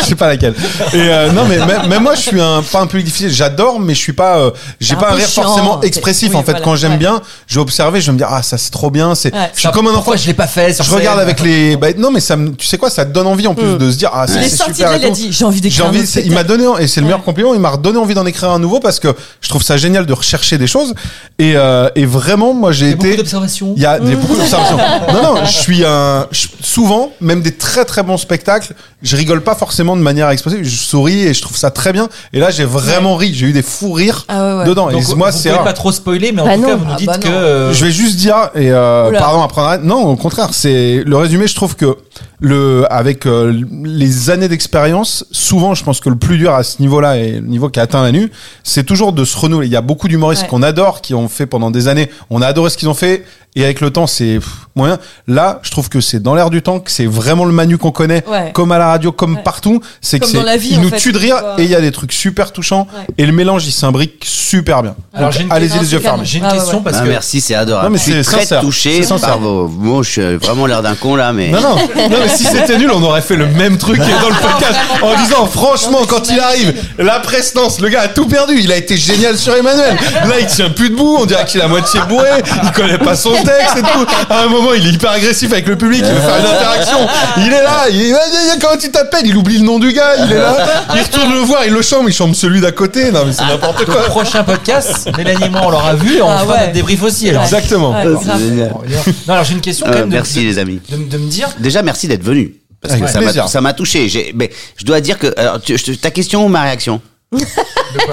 C: je sais pas laquelle. Et euh, non, mais même, même moi, je suis un pas un public difficile. J'adore, mais je suis pas. euh, j'ai
E: Un
C: pas un
E: peu
C: rire
E: chiant,
C: forcément
E: t'es-
C: expressif.
E: oui,
C: en fait,
E: voilà,
C: quand j'aime
E: ouais.
C: bien, je vais observer, je vais me dire ah ça c'est trop bien. C'est.
E: Ouais.
C: Je suis comme un enfant.
A: Pourquoi je l'ai pas fait sur
C: Je regarde
A: scène
C: avec les. bah, non, mais ça me. Tu sais quoi, ça te donne envie en plus de se dire ah
E: Mm. Il
C: c'est
E: est
C: c'est
E: sorti de
C: super.
E: là,
C: et
E: il a
C: tout.
E: dit j'ai envie
C: J'ai
E: d'écrire. un
C: envie,
E: autre
C: c'est- il m'a donné, et c'est le meilleur compliment, il m'a redonné envie d'en écrire un nouveau parce que je trouve ça génial de rechercher des choses. Et, euh, et vraiment, moi, j'ai
A: Il y a beaucoup
C: été.
A: d'observations.
C: Il y a des,
E: Mm.
C: beaucoup d'observations. Non, non, je suis un. je- souvent, même des très très bons spectacles, je rigole pas forcément de manière explosive. Je souris et je trouve ça très bien. Et là, j'ai vraiment ri. J'ai eu des fous rires
E: Ah ouais, ouais.
C: dedans.
A: Donc,
C: et moi,
A: vous
C: c'est
A: pouvez
C: rare.
A: pas trop spoiler, mais en
D: Bah
A: tout cas,
D: non.
A: vous nous
E: Ah
A: dites
E: bah non.
A: que. euh,
C: Je vais juste dire et euh,
E: Oula.
C: pardon après arrête. non au contraire c'est le résumé je trouve que le avec euh, les années d'expérience souvent je pense que le plus dur à ce niveau-là et le niveau qu'a atteint Manu c'est toujours de se renouveler il y a beaucoup d'humoristes
E: Ouais.
C: qu'on adore qui ont fait pendant des années on a adoré ce qu'ils ont fait et avec le temps c'est pff, moyen là je trouve que c'est dans l'air du temps que c'est vraiment le Manu qu'on connaît
E: Ouais, Ouais.
C: comme à la radio, comme
E: Ouais.
C: partout, c'est que
E: Comme dans
C: c'est-
E: la vie,
C: ils
E: en
C: nous
E: fait,
C: tuent de
E: on
C: rire
E: voit-
C: et il y a des trucs super touchants
E: Ouais.
C: et le mélange il s'imbrique super bien.
A: Alors,
C: Donc,
A: j'ai une-
C: allez-y
E: non,
C: les yeux
E: c'est canon.
C: fermés.
A: J'ai une
E: Ah ouais,
A: question
E: ouais.
A: parce
B: Ah,
A: que.
B: merci, c'est adorable.
C: Non, mais
B: je suis
C: c'est
B: très
C: sincère.
B: touché
C: C'est sincère.
B: par vos mots. Je suis vraiment l'air d'un con là, mais.
C: Non, non, non, mais si c'était nul, on aurait fait le même truc que dans le podcast en disant franchement, quand il arrive, la prestance, le gars a tout perdu. Il a été génial sur Emmanuel. Là, il tient plus debout. On dirait qu'il est à moitié bourré. Il connaît pas son texte et tout. À un moment, il est hyper agressif avec le public. Il veut faire une interaction. Il est là. Il est, Vas-y, comment tu t'appelles Il oublie le nom du gars. Il est là. Il retourne le voir. Il le chambre. Il chambre celui d'à côté. Non, mais c'est n'importe
A: Donc,
C: quoi.
A: prochain podcast, Mélanie et moi, on l'aura vu et on
E: Ah
A: fera
E: ouais.
A: notre débrief aussi. Alors.
C: Exactement.
E: Ouais,
B: C'est
E: grave.
B: génial.
A: Bon, d'ailleurs- Non, alors j'ai une question quand
B: Euh,
A: même de-
B: merci,
A: de-
B: les amis.
A: de- de me dire.
B: Déjà, merci d'être venu. Parce que
C: Avec
B: ça m'a-
C: plaisir.
B: ça m'a touché. J'ai- Mais je dois dire que. Alors, tu- je te- ta question ou ma réaction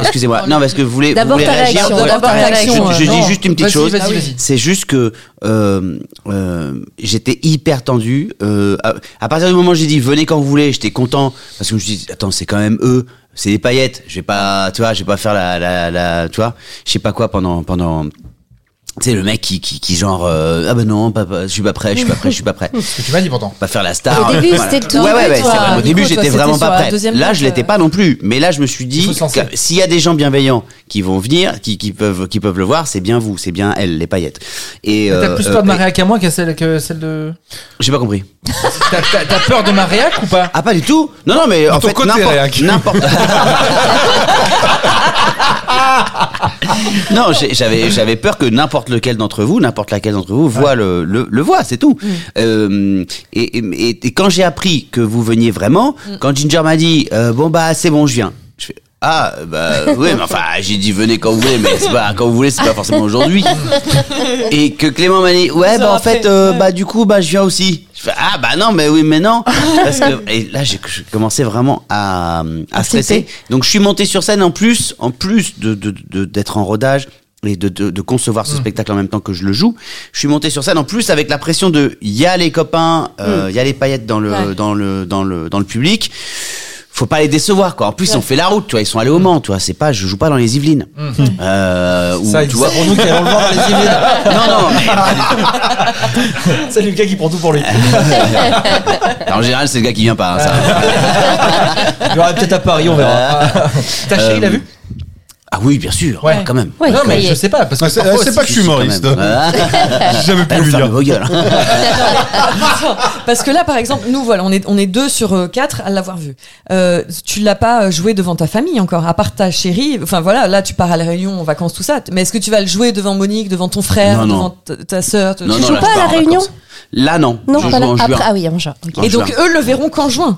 B: Excusez-moi. Non, parce que vous voulez, vous
D: D'abord
B: voulez
D: ta
B: réagir.
D: réaction,
B: Ouais.
D: d'abord ta
E: Je-
B: Je,
D: réaction.
B: je
D: euh,
B: dis
D: non.
B: juste une petite
A: Vas-y,
B: chose.
A: vas-y, Ah oui. vas-y.
B: C'est juste que euh, euh, j'étais hyper tendu. euh, à, à partir du moment où j'ai dit venez quand vous voulez, j'étais content parce que je me suis dit attends c'est quand même eux, c'est des paillettes. Je vais pas, tu vois, je vais pas faire la, la, la tu vois, je sais pas quoi pendant pendant. Tu sais, le mec qui, qui, qui genre, euh, ah ben non, pas, pas- je suis pas prêt, je suis pas prêt, je suis pas prêt
A: Ce que tu m'as dit pourtant.
B: pas faire la star.
D: Au début, c'était le tout
B: Ouais,
D: début,
B: ouais, ouais,
D: toi.
B: c'est vrai. Au
E: Nico,
B: début,
E: toi,
B: j'étais
E: c'était
B: vraiment
E: sur
B: pas
E: la
B: prêt.
E: deuxième
B: Là,
E: date,
B: je l'étais
E: euh.
B: pas non plus. Mais là, je me suis dit,
A: faut se lancer.
B: que s'il y a des gens bienveillants qui vont venir, qui, qui peuvent, qui peuvent le voir, c'est bien vous, c'est bien elle, les paillettes. Et,
A: T'as
B: euh,
A: plus
B: euh,
A: peur de ma réac à moi que celle, que celle de.
B: J'ai pas compris.
A: T'as- T'as t'as peur de ma réac ou pas
B: Ah, pas du tout? Non, non, mais en
C: ton
B: fait,
C: côté,
B: n'importe,
C: Réac.
B: n'importe. non, j'ai- j'avais, j'avais peur que n'importe lequel d'entre vous, n'importe laquelle d'entre vous voit le, le, le voit, c'est tout. Euh, et, et- et quand j'ai appris que vous veniez vraiment, quand Ginger m'a dit, euh, bon bah, c'est bon, je viens. Je fais, ah, bah, oui, mais enfin, j'ai dit venez quand vous voulez, mais c'est pas, quand vous voulez, c'est pas forcément aujourd'hui. Et que Clément m'a dit, ouais,
E: Deux
B: bah,
E: heures
B: en fait,
E: après.
B: euh, bah, du coup, bah, je viens aussi. Je fais, ah, bah, non, mais oui, mais non. Parce que, et là, j'ai j'ai commencé vraiment à, à stresser. Donc, je suis monté sur scène en plus, en plus de, de, de- d'être en rodage et de, de, de concevoir ce spectacle en même temps que je le joue. Je suis monté sur scène en plus avec la pression de, il y a les copains, euh, il y a les paillettes dans le,
E: Ouais.
B: dans le, dans le, dans le public. Faut pas les décevoir, quoi. En plus, on fait la route, tu vois. Ils sont allés au Mans, tu vois. C'est pas, je joue pas dans les Yvelines. Euh, où,
A: Ça, il
B: tu
A: dit
B: vois.
A: ça pour nous qui allons le voir dans les emails.
B: Non, non, mais-
A: C'est Lucas qui prend tout pour lui.
B: Alors, en général, c'est le gars qui vient pas. hein, ça.
A: Il y aura peut-être à Paris, on verra. Euh, T'as chéri, il a vu
B: Ah oui, bien sûr,
A: Ouais.
B: quand même.
D: Ouais,
A: Non,
D: ça
A: mais
D: y
A: je
D: est.
A: sais pas, parce que.
C: Ah, c'est-
A: parfois
C: c'est
A: aussi-
C: pas que je suis humoriste. Euh, J'ai jamais pu
B: Elle
C: le
B: ferme
C: dire.
B: vos gueules. hein.
E: Parce que là, par exemple, nous, voilà, on est, on est deux sur euh, quatre à l'avoir vu. Euh, tu l'as pas euh, joué devant ta famille encore, à part ta chérie. Enfin voilà, là, tu pars à la réunion, en vacances, tout ça. Mais est-ce que tu vas le jouer devant Monique, devant ton frère,
B: Non, non.
E: devant ta- ta sœur
B: Non,
D: Tu
B: non,
D: joues
B: là,
D: pas
B: je
D: à la
B: pars en
D: Réunion
B: vacances. Là, non.
D: Non,
B: je
D: pas
B: joue
D: là.
B: en juin.
D: Après, ah oui, en juin. ok.
B: En
E: Et donc,
B: juin.
E: eux le verront qu'en juin.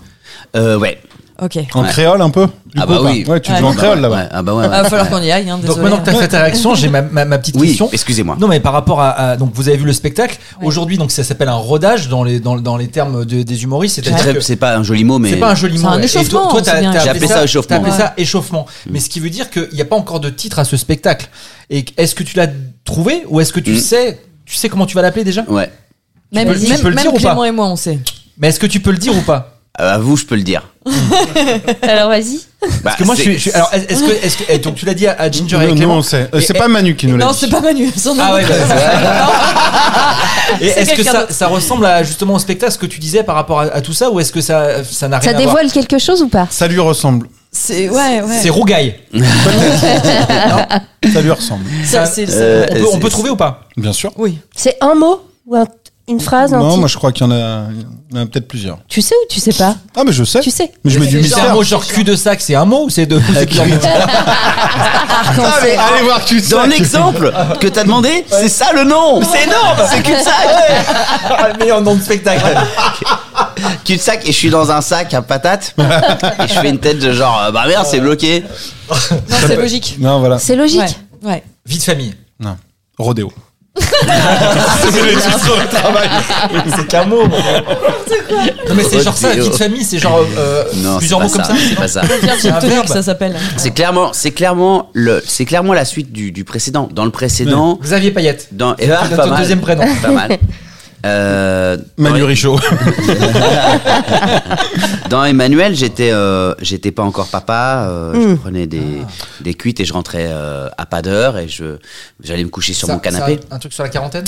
B: Euh, ouais.
E: Ok.
C: En créole un peu du
B: Ah
C: coup,
B: bah
C: ou pas
B: oui.
C: Ouais, tu
E: Ouais.
C: joues en
B: Ah bah
C: créole
B: ouais,
C: là-bas.
B: ouais, Ah bah ouais.
E: Il va
B: ouais.
E: falloir qu'on y aille, hein,
A: Donc
E: désolé.
A: maintenant que t'as fait ta réaction, j'ai ma, ma, ma petite
B: Oui,
A: question.
B: excusez-moi.
A: Non, mais par rapport à, à- donc vous avez vu le spectacle aujourd'hui, donc ça s'appelle un rodage dans les dans, dans les termes de- des humoristes,
B: C'est
A: c'est-à-dire
B: très-
A: que
B: C'est pas un joli mot, mais.
A: c'est pas un joli
E: C'est
A: mot.
E: un
A: ouais. Et toi-
E: échauffement,
A: toi,
E: on
A: t'as-
E: sait bien.
A: t'as
B: J'ai appelé ça échauffement.
A: T'as appelé
E: Ouais.
A: ça échauffement.
B: Mm.
A: Mais ce qui veut dire qu'il n'y a pas encore de titre à ce spectacle. Et que- est-ce que tu l'as trouvé ou est-ce que tu
B: Mm.
A: sais tu sais comment tu vas l'appeler déjà
B: Ouais.
E: Même,
A: peux le- tu
E: même-
A: peux le
E: même
A: dire ou pas
E: Clément et moi, on sait.
A: Mais est-ce que tu peux le dire ou pas
B: Euh, À vous, je peux le dire. Bah,
G: Alors vas-y.
B: Parce
A: Parce que moi je suis. je suis- alors est-ce que est-ce que eh, donc tu l'as dit à, à Ginger et
C: Non, non,
A: Clément
C: on sait. Euh,
A: Et-
C: C'est pas Manu qui nous l'a
E: Non,
C: dit.
E: c'est pas Manu. c'est un
A: Ah ouais.
E: autre.
A: bah, Et
E: C'est
A: est-ce que
E: quelqu'un
A: ça,
E: d'autre.
A: ça ressemble à, justement au spectacle ce que tu disais par rapport à, à tout ça ou est-ce que ça ça n'a rien
D: Ça
A: à voir
D: dévoile quelque chose ou pas
C: Ça lui ressemble.
E: C'est ouais, ouais.
A: C'est rougaille.
C: Ça lui ressemble.
E: Ça, c'est- c'est-
B: Euh,
A: On peut, on
B: c'est-
A: peut trouver ou pas
C: Bien sûr.
E: Oui.
D: C'est un mot ou un- une phrase un
C: non,
D: titre
C: moi je crois qu'il y en a, il y en a peut-être plusieurs.
D: Tu sais ou tu sais pas
C: Ah, mais je sais.
D: Tu sais.
C: Mais je mets du
A: C'est un
C: mystère.
A: mot genre cul de sac, c'est un mot ou c'est deux c'est plusieurs mots
C: Ah, mais allez voir tu
B: Dans l'exemple que t'as demandé, c'est ça le nom. C'est énorme. C'est cul-de-sac.
A: Ah, le meilleur nom de spectacle.
B: Cul-de-sac et je suis dans un sac à patates. Et je fais une tête de genre, euh, bah merde, c'est bloqué.
E: Non, c'est logique.
C: Non, voilà.
D: C'est logique.
E: Ouais. Ouais.
A: Vie de famille.
C: Non. Rodéo.
A: C'est qu'un mot. mon gars. Non mais c'est genre ça,
B: Rodéo.
A: vie de famille, c'est genre euh,
B: Non,
A: plusieurs mots
B: c'est
A: comme
B: pas
A: ça.
B: ça. C'est pas ça.
A: C'est un
E: Tenue que
A: verbe.
E: ça s'appelle.
B: C'est clairement, c'est clairement le, c'est clairement la suite du, du précédent. Dans le précédent,
A: Xavier Payette.
B: dans eh, ah,
A: C'est
B: pas
A: ton
B: mal.
A: deuxième prénom.
B: pas mal. Euh,
C: Manu
B: dans,
C: Richaud.
B: dans Emmanuel, j'étais, euh, j'étais pas encore papa. euh, Je prenais des,
A: Ah.
B: des cuites et je rentrais euh, à pas d'heure et je, j'allais me coucher sur
A: Ça-
B: mon canapé
A: ça- Un truc sur la quarantaine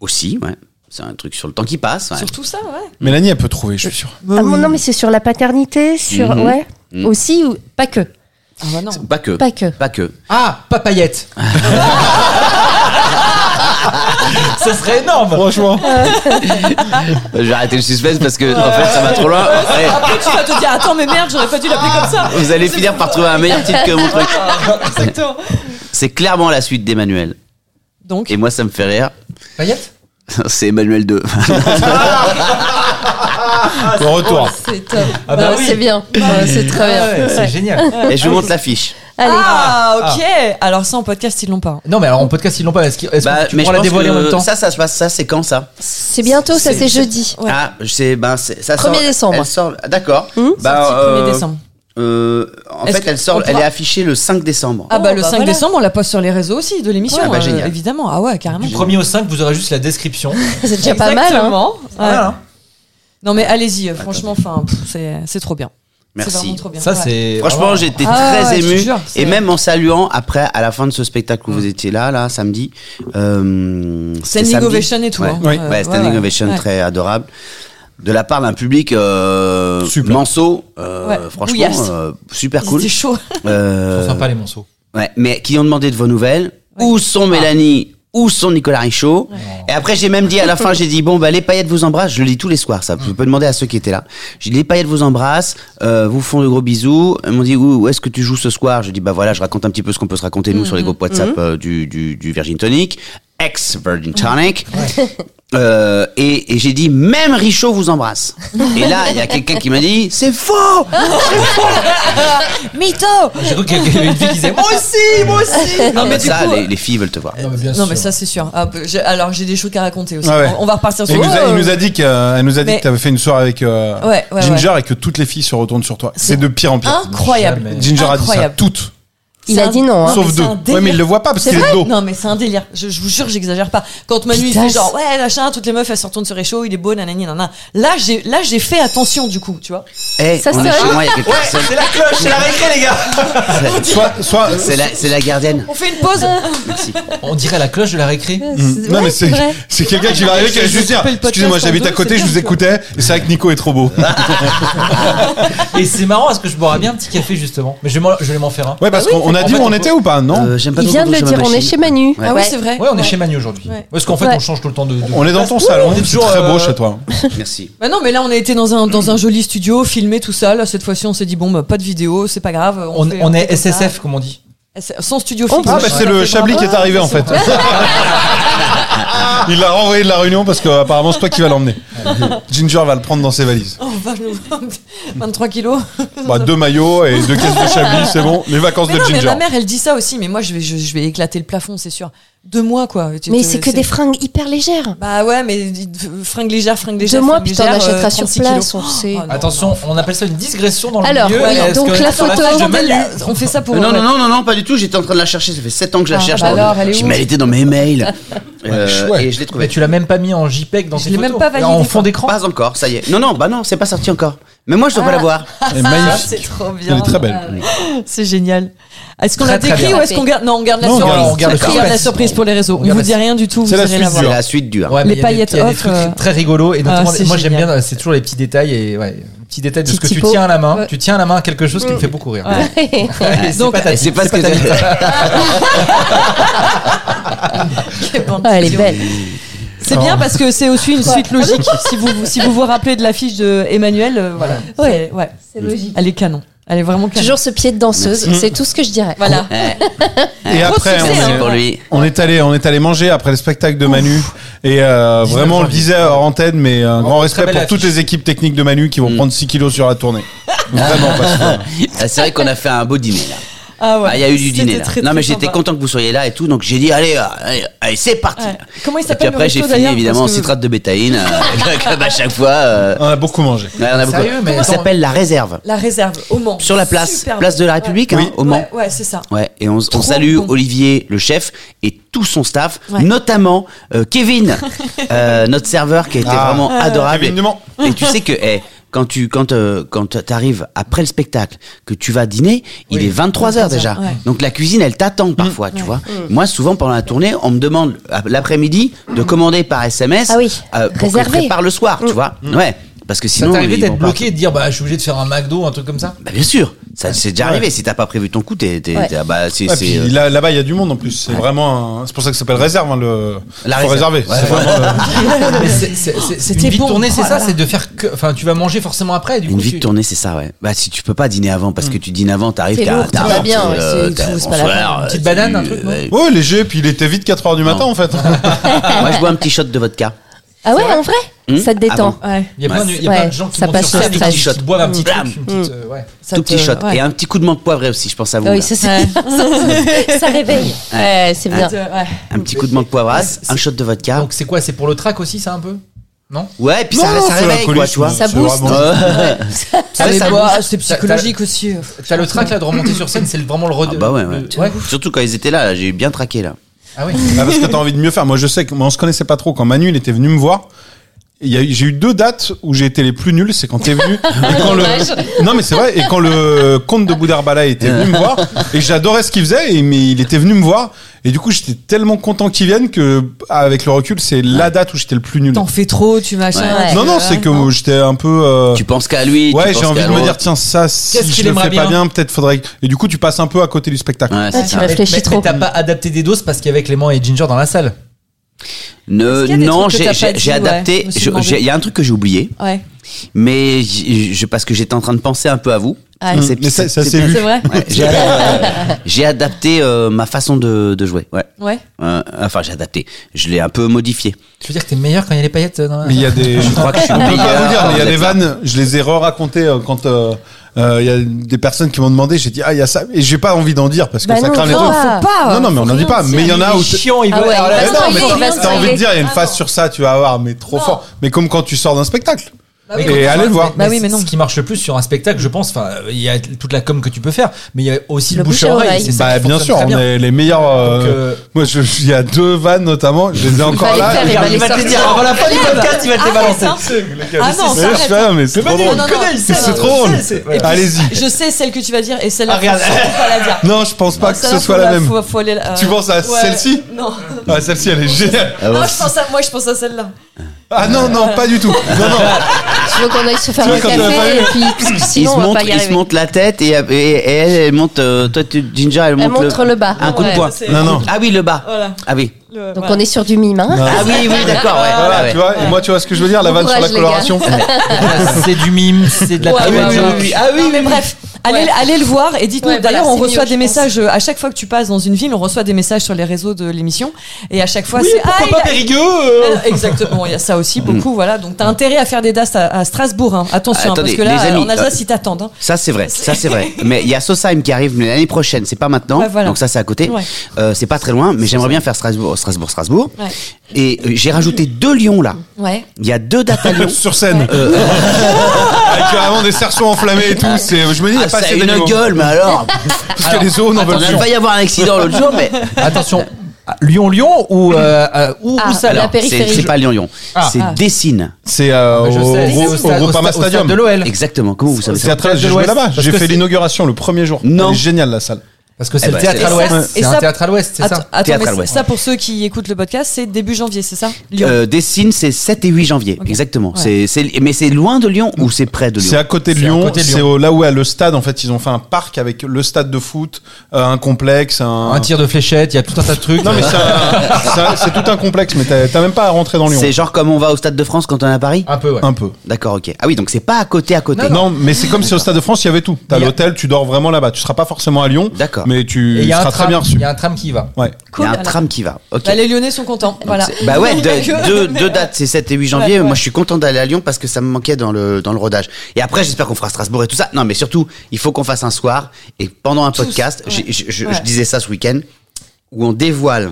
B: aussi, ouais. C'est un truc sur le temps qui passe. ouais.
E: Sur tout ça, ouais.
C: Mélanie, elle peut trouver, je suis sûr.
H: Ah bon, non, mais c'est sur la paternité, sur.
B: Mhm.
H: Ouais.
B: Mhm.
H: Aussi, ou... pas que.
E: Ah bah non.
B: Pas
C: Euh.
B: que.
H: Pas que.
B: Pas que.
A: Ah, papayette Ce serait énorme
C: Franchement.
B: Je vais arrêter le suspense parce que en fait ça va trop loin. Ouais.
E: Après, tu vas te dire, attends, mais merde, j'aurais pas dû l'appeler comme ça.
B: Vous allez finir par trouver un meilleur titre que mon truc.
E: Exactement.
B: C'est clairement la suite d'Emmanuel.
E: Donc,
B: Et moi ça me fait rire.
A: Papayette
B: C'est Emmanuel 2.
C: Au retour.
G: C'est top.
A: Ah bah
G: Bah,
A: oui.
G: C'est bien. Bah, c'est très bien.
A: Ah ouais, C'est
G: Ouais.
A: génial
B: Et je vous montre l'affiche.
H: Allez.
E: ah, ok. Alors, ça en podcast, ils l'ont pas.
A: Non, mais alors en podcast, ils l'ont pas. Est-ce qu'ils- est-ce
B: Bah,
A: que tu
B: mais
A: pourras
B: je
A: la
B: pense
A: dévoiler
B: que
A: en même temps
B: ça, ça se passe. Ça, c'est quand ça
G: C'est bientôt, ça c'est jeudi.
B: Ah, je sais. Ben, c'est- ça
G: 1er
B: sort-
G: décembre.
B: Elle sort. ah, D'accord. Ben,
E: Sorti Mmh. le 1er
B: euh,
E: décembre.
B: euh, en
E: Est-ce
B: fait,
E: que-
B: elle sort.
E: on
B: Elle
E: pourra-
B: est affichée le 5 décembre.
E: Ah bah
G: Oh,
E: le
G: bah
E: 5
G: voilà.
E: décembre, on la poste sur les réseaux aussi de l'émission.
B: Ouais, bah,
E: euh,
B: génial.
E: évidemment. Ah ouais, carrément.
A: Du premier au 5, vous aurez juste la description.
G: C'est déjà pas mal. hein.
E: Exactement. Ouais. Non mais allez-y, euh, franchement, enfin, pff, c'est c'est trop bien. C'est vraiment
B: Merci.
E: trop bien.
A: Ça,
E: Ouais.
A: c'est.
B: Franchement, j'étais
E: Ah ouais,
B: très
E: je te
B: ému.
E: jure,
B: et
E: c'est- Mmh.
B: même en saluant, après, à la fin de ce spectacle où vous étiez là, là, samedi. Euh, c'était
E: Standing
B: samedi.
E: ovation et tout,
B: Ouais,
E: hein.
B: Ouais,
E: Euh,
B: ouais, standing
E: ouais, ouais.
B: ovation,
E: Ouais.
B: très adorable. De la part d'un public euh,
C: Super.
B: manceau, euh,
E: Ouais,
B: franchement,
E: bouillasse.
B: euh, super
E: C'était
B: cool.
E: chaud.
A: Ils
B: Euh,
A: sont sympas, les monceaux.
B: Ouais, mais qui ont demandé de vos nouvelles. Où sont
E: Ah.
B: Mélanie Où sont Nicolas Richaud Et après, j'ai même dit à la fin, j'ai dit bon, bah les paillettes vous embrassent. Je le dis tous les soirs, ça. Je peux demander à ceux qui étaient là. J'ai dit les paillettes vous embrassent, euh, vous font de gros bisous. Ils m'ont dit où, où est-ce que tu joues ce soir Je dis bah voilà, je raconte un petit peu ce qu'on peut se raconter nous
E: Mhm.
B: sur les groupes WhatsApp euh, du, du, du Virgin Tonic, ex
E: Mhm.
B: Virgin Tonic. Euh, et et j'ai dit même Richaud vous embrasse. Et là, il y a quelqu'un qui m'a dit c'est faux.
E: Mytho
A: J'ai cru qu'il y avait une fille qui disait Moi aussi
E: Moi aussi Non mais du
B: Ah, bah, ça,
E: coup...
B: les, les filles veulent te voir.
A: Non, mais bien
E: Non
A: sûr.
E: mais ça c'est sûr. Ah, bah, j'ai- alors j'ai des choses à raconter aussi.
C: Ah ouais.
E: On- On va repartir sur...
C: Il nous, a, il
E: Oh.
C: nous a dit que, euh, elle nous a dit
E: Mais-
C: que t'avais fait une soirée avec euh,
E: Ouais, ouais,
C: Ginger et que toutes les filles se retournent sur toi. C'est de pire en pire.
E: Incroyable.
A: Jamais.
C: Ginger a dit ça.
E: Incroyable.
C: Toutes.
H: Il
E: C'est
H: a
E: un-
H: dit non. Hein.
E: Non, mais
C: sauf
E: c'est
C: deux.
E: un
C: Ouais, mais il le voit pas parce qu'il est de dos.
E: Non, mais c'est un délire. Je, je vous jure, j'exagère pas. Quand Manu, il
H: Putain,
E: fait
H: c'est-
E: genre, ouais, machin, toutes les meufs, elles se retournent sur les shows, il est beau, nanani, nanana. Là, j'ai, là, j'ai fait attention, du coup, tu vois.
B: Eh,
H: Ça,
B: on
H: c'est
B: est chez
H: vrai
B: moi, il y a quelques personnes.
A: C'est la cloche, c'est la récré, les gars
C: Soit, soit,
B: C'est la, c'est la gardienne.
E: On fait une pause. Ah
B: Merci.
A: On dirait la cloche de la récré.
H: C'est-
C: non
H: ouais,
C: mais c'est
H: vrai.
C: c'est quelqu'un qui va arriver qui va juste dire
E: couper le podcast
C: excusez-moi
E: en
C: j'habite
E: deux,
C: à côté
E: c'est
C: je vous
E: bien,
C: écoutais et c'est vrai que Nico est trop beau
A: Et c'est marrant, est-ce que je boirais bien un petit café, justement Mais je vais m'en- je vais m'en faire un.
C: ouais parce qu'on a
A: en
C: dit
A: fait,
C: où
A: on
C: on
A: peut-
C: était ou pas non
B: Euh, j'aime pas
H: Il
B: trop
H: vient de
B: quand
H: le
B: on
H: dire,
B: joue à
H: on est
B: machine.
H: chez Manu.
B: Ouais.
E: Ah oui, c'est vrai.
A: Ouais, on est chez Manu aujourd'hui.
E: Ouais.
A: Parce qu'en fait,
H: Ouais.
A: on change tout le temps de. de-
C: on est dans ton salon c'est
A: toujours,
C: très beau
A: euh,
C: chez toi
B: Merci.
E: Bah non, mais là, on a été dans un, dans un joli studio, filmé tout ça. Là, cette fois-ci, on s'est dit, bon, bah, pas de vidéo, c'est pas grave.
A: On,
E: fait-
A: on
E: fait
A: est
E: comme ça.
A: SSF, comme on dit.
E: S- Sans studio
C: ah
E: filmé.
C: bah c'est le Chablis qui est arrivé en fait il l'a renvoyé de la réunion parce que apparemment c'est toi qui vas l'emmener Ginger va le prendre dans ses valises
E: Oh, 23 kilos.
C: bah deux maillots et deux caisses de Chablis c'est bon les vacances
E: Mais
C: de
E: non, mais
C: Ginger
E: ma mère, elle dit ça aussi, mais moi, je vais, je, je vais éclater le plafond, c'est sûr. Deux mois, quoi. Tu-
H: Mais
E: tu-
H: c'est que des fringues hyper légères.
E: Bah ouais, mais euh, fringues légères, fringues
H: De
E: légères.
H: moi,
E: fringues
H: puis t'en
E: légères, euh,
H: achèteras sur
E: 36
H: place, on
E: kilos.
H: sait.
E: Oh, non,
A: Attention,
E: non.
A: on appelle ça une digression dans le
H: Alors,
A: milieu.
H: oui,
A: Est-ce
H: donc
A: qu'on est
H: la
A: sur
E: Bah,
H: photo-
A: fiche de
H: Attendez,
A: Manu
H: là,
E: on fait ça pour.
B: Euh, non,
E: ouais.
B: non, non, non, non, pas du tout. J'étais en train de la chercher. Ça fait 7 ans que je la
E: Ah,
B: cherche.
E: bah
B: dans-
E: alors, elle est
B: je
E: où
B: m'ai été dans mes mails. Euh,
C: chouette.
B: et je l'ai
A: Mais
B: trouvée.
A: tu l'as même pas mis en JPEG dans
E: Je
A: tes
E: l'ai
A: photos.
E: même pas validé,
A: En fond
E: quoi.
A: d'écran.
B: Pas encore, ça y est. Non, non, bah non, c'est pas sorti encore. Mais moi, je dois pas la voir.
C: Elle est
E: Ah,
C: magnifique
E: c'est trop bien. Ah,
C: elle est très belle
E: C'est génial. Est-ce qu'on
A: Très,
E: la
A: très
E: décrit
A: bien.
E: ou est-ce qu'on garde Non, on garde la
C: Non, on
E: surprise.
C: garde- on
A: garde le
E: On garde la
A: suspense.
E: surprise pour les réseaux.
A: On
E: On
A: garde
E: vous
A: la
E: dit rien du tout. Vous
C: C'est la
E: irez la
C: suite
B: C'est
C: Alors.
E: voir.
B: la suite du. hein.
A: Ouais, mais il y a des-
E: Les paillettes
A: il y a des
E: off,
A: trucs
E: euh,
A: très rigolos et notamment-
E: ah, c'est
A: moi j'aime
E: génial.
A: bien c'est toujours les petits détails et ouais, les petits détails de ce
H: Petit
A: que tu
H: typo.
A: tiens à la main
H: Ouais.
A: tu tiens à la main quelque chose qui me fait beaucoup rire
E: Mm. Ouais.
A: Ouais, c'est
E: Donc,
A: pas ta
B: Et C'est
A: type,
B: pas ce que
A: ta
B: j'ai.
A: type.
E: Quelle bande
H: Ah, elle est
E: idiot.
H: belle.
E: C'est bien parce que c'est aussi une suite logique. Si vous vous- si vous vous rappelez de l'affiche de Emmanuel, euh, voilà.
H: Ouais.
E: C'est- ouais.
H: C'est logique.
E: Elle est canon. Elle est vraiment canon.
H: Toujours ce pied de danseuse, c'est tout ce que je dirais.
E: Voilà.
B: Ouais,
C: et
E: Gros
C: après on
E: succès,
C: est-
E: hein.
B: c'est pour lui.
C: On est allé, on est allé manger après le spectacle de Manu et euh, vraiment on le
A: janvier.
C: disait hors antenne, mais un grand respect
A: belle
C: pour
A: affiche.
C: toutes les équipes techniques de Manu qui vont prendre 6 kilos sur la tournée. Vraiment. parce que-
B: Ah, C'est vrai qu'on a fait un beau dîner là.
E: Ah ouais.
B: Ah, Il y a eu du
E: C'était
B: dîner là.
E: très,
B: Non,
E: très
B: mais j'étais
E: sympa.
B: content que vous soyez là et tout. Donc j'ai dit, allez, euh, allez, allez, c'est parti.
E: Ouais. Comment il
B: Et puis
E: s'appelle le
B: après, j'ai
E: resto,
B: fini
E: d'ailleurs,
B: évidemment en
E: parce que-
B: citrate de bétaïne, euh, comme à chaque fois. euh,
C: on a beaucoup mangé.
B: ouais, on a beaucoup.
A: Sérieux, mais
B: Ça
A: attends.
B: s'appelle la réserve.
E: La réserve au Mans.
B: Sur la place,
E: Superbe.
B: place de la République,
E: Ouais.
B: hein, au Mans.
E: Ouais, ouais, c'est ça.
B: Ouais, et on, on
E: Trop
B: salue
E: bon.
B: Olivier, le chef, et tout son staff,
E: Ouais.
B: notamment euh, Kevin, euh, notre serveur qui a été
C: Ah.
B: vraiment adorable.
C: Kevin Dumont.
B: Et tu sais que, eh, quand tu quand euh, quand t'arrives après le spectacle, que tu vas dîner, il
A: Oui. Mm.
B: est 23 heures déjà.
E: ouais.
B: Donc la cuisine, elle t'attend parfois, tu vois. Moi, souvent pendant la tournée, on me demande à- l'après-midi de commander par SMS.
H: Ah oui,
B: euh, pour que je
H: réservé.
B: prépare le soir, tu vois. Ouais. Parce que
A: Mm. Ça
B: sinon,
A: t'est arrivé
B: ils
A: d'être
B: vont pas-
A: bloqué et de dire bah je suis obligé de faire un McDo, un truc comme ça
B: Bah, bien sûr, ça c'est déjà arrivé. Si t'as pas prévu ton coup, t'es, t'es,
H: Ouais.
B: t'es- ah bah c'est,
C: Ouais,
B: c'est,
C: puis
B: euh,
C: là- là-bas, il y a du monde en plus. C'est vraiment. un- C'est pour ça que ça s'appelle réserve. hein, le...
B: La
C: faut
B: réserve.
C: réserver.
B: Ouais,
C: C'est vraiment, euh,
A: Mais c'est- c'est- c'est- c'est
E: Ah C'était
A: une vie de
E: bon.
A: tournée, c'est
E: Oh là
A: ça,
E: là.
A: c'est de faire que. Enfin, tu vas manger forcément après. Du
B: euh, une
A: coup,
B: vie
A: tu-
B: de tournée, c'est ça, ouais. Bah si tu peux pas dîner avant, parce que tu dînes avant, t'arrives,
H: C'est
B: t'as,
H: lourd,
B: t'as
H: tout va
B: un
H: bien,
B: petit,
H: ouais,
B: euh,
H: c'est-
B: t'as
H: c'est
B: un
H: pas la
B: bonsoir,
H: peine.
B: euh,
A: Petite
B: tu-
A: banane, un truc, non
B: ouais.
C: Ouais, léger. Puis il était vite 4h du matin
B: Non.
C: en fait. Ah,
B: Moi, je bois un petit shot de vodka.
H: Ah ouais, en vrai
B: Hmm
H: Ça te détend.
E: Ouais.
A: Il y a plein de, il y a
H: Ouais,
A: plein de gens qui
H: ça
A: montent
H: passe
A: sur
H: le
A: scène et
H: stress.
A: qui qui boivent un petit
B: Blam.
A: truc, une petite, euh, ouais.
E: Ça
B: tout
E: te-
B: petit shot.
E: ouais.
B: Et un petit coup de menthe poivrée aussi, je pense à vous.
H: Ah
B: là.
H: oui, ça, c'est- ça, ça réveille. Ouais, c'est bien.
E: Euh, ouais.
B: Un petit coup de menthe poivrée, un shot de vodka.
A: Donc c'est quoi C'est pour le track aussi, ça un peu Non
B: ouais, et puis ça,
C: Non,
B: ça
C: c'est
B: réveille, quoi,
C: l'alcoolisme.
B: tu vois.
H: Ça
C: C'est
H: booste.
C: vraiment-
B: Ouais.
E: Ah,
B: Ouais,
E: mais
B: ça
E: bah,
B: bouge.
E: c'est psychologique aussi. euh,
A: T'as le track là de remonter sur scène, c'est le- vraiment le
B: Ah
A: redé.
B: bah ouais, ouais.
A: le- ouais.
B: Surtout quand ils étaient là, là, j'ai bien traqué là.
A: Ah oui.
C: Ah, parce que t'as envie de mieux faire. Moi, je sais que moi, on se connaissait pas trop. Quand Manu, il était venu me voir. il y a eu- J'ai eu deux dates où j'ai été les plus nuls, c'est quand t'es venu. et quand le... Non mais c'est vrai, et quand le comte de Boudarbala était venu me voir, et j'adorais ce qu'il faisait, et- mais il était venu me voir, et du coup j'étais tellement content qu'il vienne que, avec le recul, c'est la date où j'étais le plus nul.
E: T'en fais trop, tu machin.
B: Mm. Ouais.
E: tu-
C: Non, non,
E: euh,
C: c'est que j'étais un peu... euh,
B: Tu penses qu'à lui. tu
C: Ouais,
B: penses
C: j'ai envie
B: qu'à
C: de me
B: l'autre.
C: dire, tiens, ça, si
A: Qu'est-ce
C: je
A: qu'il
C: le
A: aimerait
C: fais pas
A: bien
C: bien, peut-être faudrait... que- Et du coup, tu passes un peu à côté du spectacle.
B: Ouais, c'est
H: tu
B: ça.
H: vas- Réfléchis
A: mais,
H: trop.
A: mais t'as pas adapté des doses parce qu'il y avait Clément et Ginger dans la salle.
B: Ne-
E: Est-ce qu'il y a des
B: non,
E: trucs que
B: j'ai,
E: t'as
B: j'ai-
E: pas
B: j'ai
E: dit, ouais,
B: adapté.
E: je me suis
B: je-
E: demandé.
B: j'ai- Il y a un truc que j'ai oublié,
E: Ouais.
B: mais j- je, parce que j'étais en train de penser un peu à vous.
E: Ah,
B: C'est-
C: Mais ça, ça
B: c'est-
C: s'est vu.
E: C'est vrai
B: Ouais, j'ai, euh, j'ai adapté euh, ma façon de, de jouer. Ouais.
E: Ouais.
B: Euh, enfin, j'ai adapté. Je l'ai un peu modifié.
A: Tu veux dire que t'es meilleur quand il y a les paillettes euh, dans la
C: Mais il y a des...
B: Je crois que je suis
C: Je peux Ah, pas
B: meilleur
C: vous dire, mais il y a
B: quand
C: des
B: vous êtes là.
C: vannes, je les ai re-racontées euh, quand euh, euh, il y a des personnes qui m'ont demandé, j'ai dit, ah, il y a ça, et j'ai pas envie d'en dire parce que
H: Bah
C: ça
H: non,
C: craint les
H: faut
C: autres.
H: pas.
E: Pas,
C: Non, non, mais on n'en dit pas, mais il y en a où. t-
A: chiant, il
H: Ah
A: veut-
H: ouais,
A: alors
H: il
A: là-
C: Mais
H: va
C: non, mais
H: spoiler, il va
C: t'as- t'as
H: spoiler.
C: envie de dire, il y a une phase sur ça, tu vas avoir, mais trop fort. Mais comme quand tu sors d'un spectacle.
A: oui,
C: Et
A: quand
C: allez le voir.
E: Bah oui, mais non.
A: Ce qui marche le plus sur un spectacle, je pense, enfin, il y a toute la com que tu peux faire, mais il y a aussi le,
H: Le
A: bouche à
H: bouche à
A: oreille.
H: oreille.
A: c'est ça
C: Bah,
A: qui
C: bien
A: fonctionne
C: sûr,
A: très
C: on
A: bien.
C: est les meilleurs. euh,
A: Donc, euh,
C: Moi, je- il y a deux vannes notamment, je les ai encore
H: fallait
C: là.
A: Ah,
H: faire, il
C: Regarde,
H: fallait
C: va te les
H: sortir.
C: dire,
A: avant la fin du podcast, il va te les balancer.
E: Ah non,
C: Mais
E: ça
C: je fais, ah, mais c'est trop
E: non,
C: drôle.
E: non, non,
C: hein. C'est
E: celle-là,
C: trop
E: je
C: drôle.
E: sais, c'est- Et puis,
C: Allez-y.
E: Je sais celle que tu vas dire et celle-là,
A: Ah, regarde.
E: faut surtout pas la dire. Ah,
C: Non, je pense pas que
E: Celle-là,
C: ce soit
E: faut
C: la même.
E: Faut, faut aller, la-
C: Tu
E: euh,
C: penses à
E: ouais.
C: celle-ci
E: Non.
C: Ah, celle-ci, elle est géniale.
B: Ah ouais.
E: Non, je pense à, moi, je pense à celle-là.
C: Ah non, non, pas du tout. Non, non.
A: Ah,
H: Tu veux qu'on aille se faire
C: Tu vois,
H: un
C: quand on a pas
H: café
C: eu-
H: et puis parce que
B: Il
H: sinon
B: se
H: on va
B: montre,
H: pas y
B: il se
H: arriver.
B: monte la tête et, et- et elle, elle monte. euh, toi, tu, Ginger, elle monte,
H: Elle montre le bas.
B: un coup de
E: Ouais,
B: poing.
E: c'est-
C: Non, non.
B: Ah oui, le bas.
E: Voilà.
B: Ah oui.
E: Le-
H: Donc
E: voilà.
H: on est sur du mime. hein.
B: Ah oui, oui, d'accord. Ouais.
C: Voilà,
B: Ah ouais.
C: tu vois, et moi, tu vois ce que je veux dire, la
H: Bon
C: vanne sur la
H: courage, les gars.
C: coloration.
A: Ah, c'est du mime, c'est de la
E: Ouais,
A: paille.
E: ouais, ouais, ouais.
B: Ah oui,
E: Non, mais bref, allez, allez le voir et dites-nous.
H: Ouais, voilà,
E: D'ailleurs, on
H: c'est mieux,
E: reçoit
H: je
E: des
H: pense.
E: messages euh, à chaque fois que tu passes dans une ville, on reçoit des messages sur les réseaux de l'émission et à chaque fois c'est Ah, il a-
C: euh,
A: Périgueux
E: Exactement, il y a ça
B: Mm.
E: aussi beaucoup, voilà. Donc t'as intérêt à faire des dastes à, à Strasbourg, hein. attention, hein,
B: Attendez,
E: parce que là,
B: les amis,
E: en Alsace,
B: euh,
E: ils t'attendent. hein.
B: Ça c'est vrai, ça c'est vrai. Mais il y a Sosheim qui arrive mais l'année prochaine, c'est pas maintenant.
E: Ouais, voilà.
B: Donc ça c'est à côté.
E: Ouais.
B: Euh, c'est pas très loin, mais j'aimerais bien faire Strasbourg, Strasbourg, Strasbourg.
E: Ouais.
B: Et euh, j'ai rajouté deux Lyons là.
E: Ouais.
B: Il y a deux dates à Lyon.
C: Sur scène.
A: euh,
C: Avec vraiment des cerceaux enflammés et tout. c'est- Je me dis, il y a
B: Ah, ça
C: pas
B: a
C: assez
B: une
C: d'animaux.
B: gueule, mais alors.
C: Parce que les zones, on veut
B: On a
C: plus.
B: failli avoir un accident l'autre jour, mais
A: Attention, Lyon-Lyon ou euh, euh, où,
H: Ah,
A: où ça
H: la
B: alors c'est
H: périphérie.
B: c'est pas Lyon Lyon.
A: Ah.
B: C'est
E: Ah.
B: Dessine.
C: C'est euh,
A: Je
C: au
A: sais, c'est
C: au-
A: au stade-
C: au
A: au
C: Groupama
A: stade- au stade
C: Stadium.
A: de l'OL.
B: Exactement. Comment vous savez
C: C'est
B: ça
C: à travers, j'ai
A: de
C: joué
A: l'Ouest,
C: là-bas.
A: parce
C: J'ai
A: que
C: fait
A: c'est-
C: l'inauguration le premier jour.
B: Non.
C: Elle est géniale la salle.
A: Parce que c'est
B: Eh
A: le
B: ben,
A: théâtre
B: c'est-
A: à
E: Et ça-
A: l'ouest.
E: et
A: C'est un
E: ça-
A: théâtre à l'ouest, c'est
E: Attends,
A: ça
E: attends,
B: Théâtre
E: mais
B: à l'Ouest.
E: ça pour ceux qui écoutent le podcast, c'est début janvier, c'est ça Lyon.
B: Euh, Dessine, c'est 7 et 8 janvier.
E: Ok.
B: Exactement.
E: Ouais.
B: C'est- c'est- mais c'est loin de Lyon ou c'est près de Lyon
C: C'est à côté de
A: C'est à
C: Lyon.
A: côté de Lyon.
C: C'est au- là où est le stade. En fait, ils ont fait un parc avec le stade de foot, euh, un complexe,
A: Un tir de fléchette, il y a tout un tas de trucs. Euh,
C: Non mais c'est un- c'est un- c'est tout un complexe, mais t'as t'as même pas à rentrer dans Lyon. Ah.
B: C'est genre comme on va au Stade de France quand on est à Paris
A: un peu, ouais.
C: Un peu.
B: D'accord, ok. Ah oui, donc c'est pas à côté, à côté.
C: Non, mais c'est comme si au Stade de France, il y avait tout. T'as
A: Il y a-
C: l'hôtel, tu dors vraiment là-bas. Tu seras pas forcément à Lyon,
B: D'accord.
C: mais
A: Et
C: tu
A: il y a un
C: seras très
A: tram,
C: bien
A: il
C: reçu.
A: y a un tram qui y va.
C: Ouais.
B: Il y a un
E: Cool, alors.
B: tram qui va. Ok.
E: Bah, les Lyonnais sont contents, voilà.
B: C'est- Bah ouais,
E: Il y a que-
B: deux, deux,
E: mais-
B: deux dates, c'est 7 et 8 janvier.
E: Ouais, ouais.
B: Moi, je suis content d'aller à Lyon parce que ça me manquait dans le, dans le rodage. Et après, j'espère qu'on fera Strasbourg et tout ça. Non, mais surtout, il faut qu'on fasse un soir et pendant un podcast,
E: ouais.
B: j'ai- je, je-
E: Ouais. Mhm.
B: je disais ça ce week-end, où on dévoile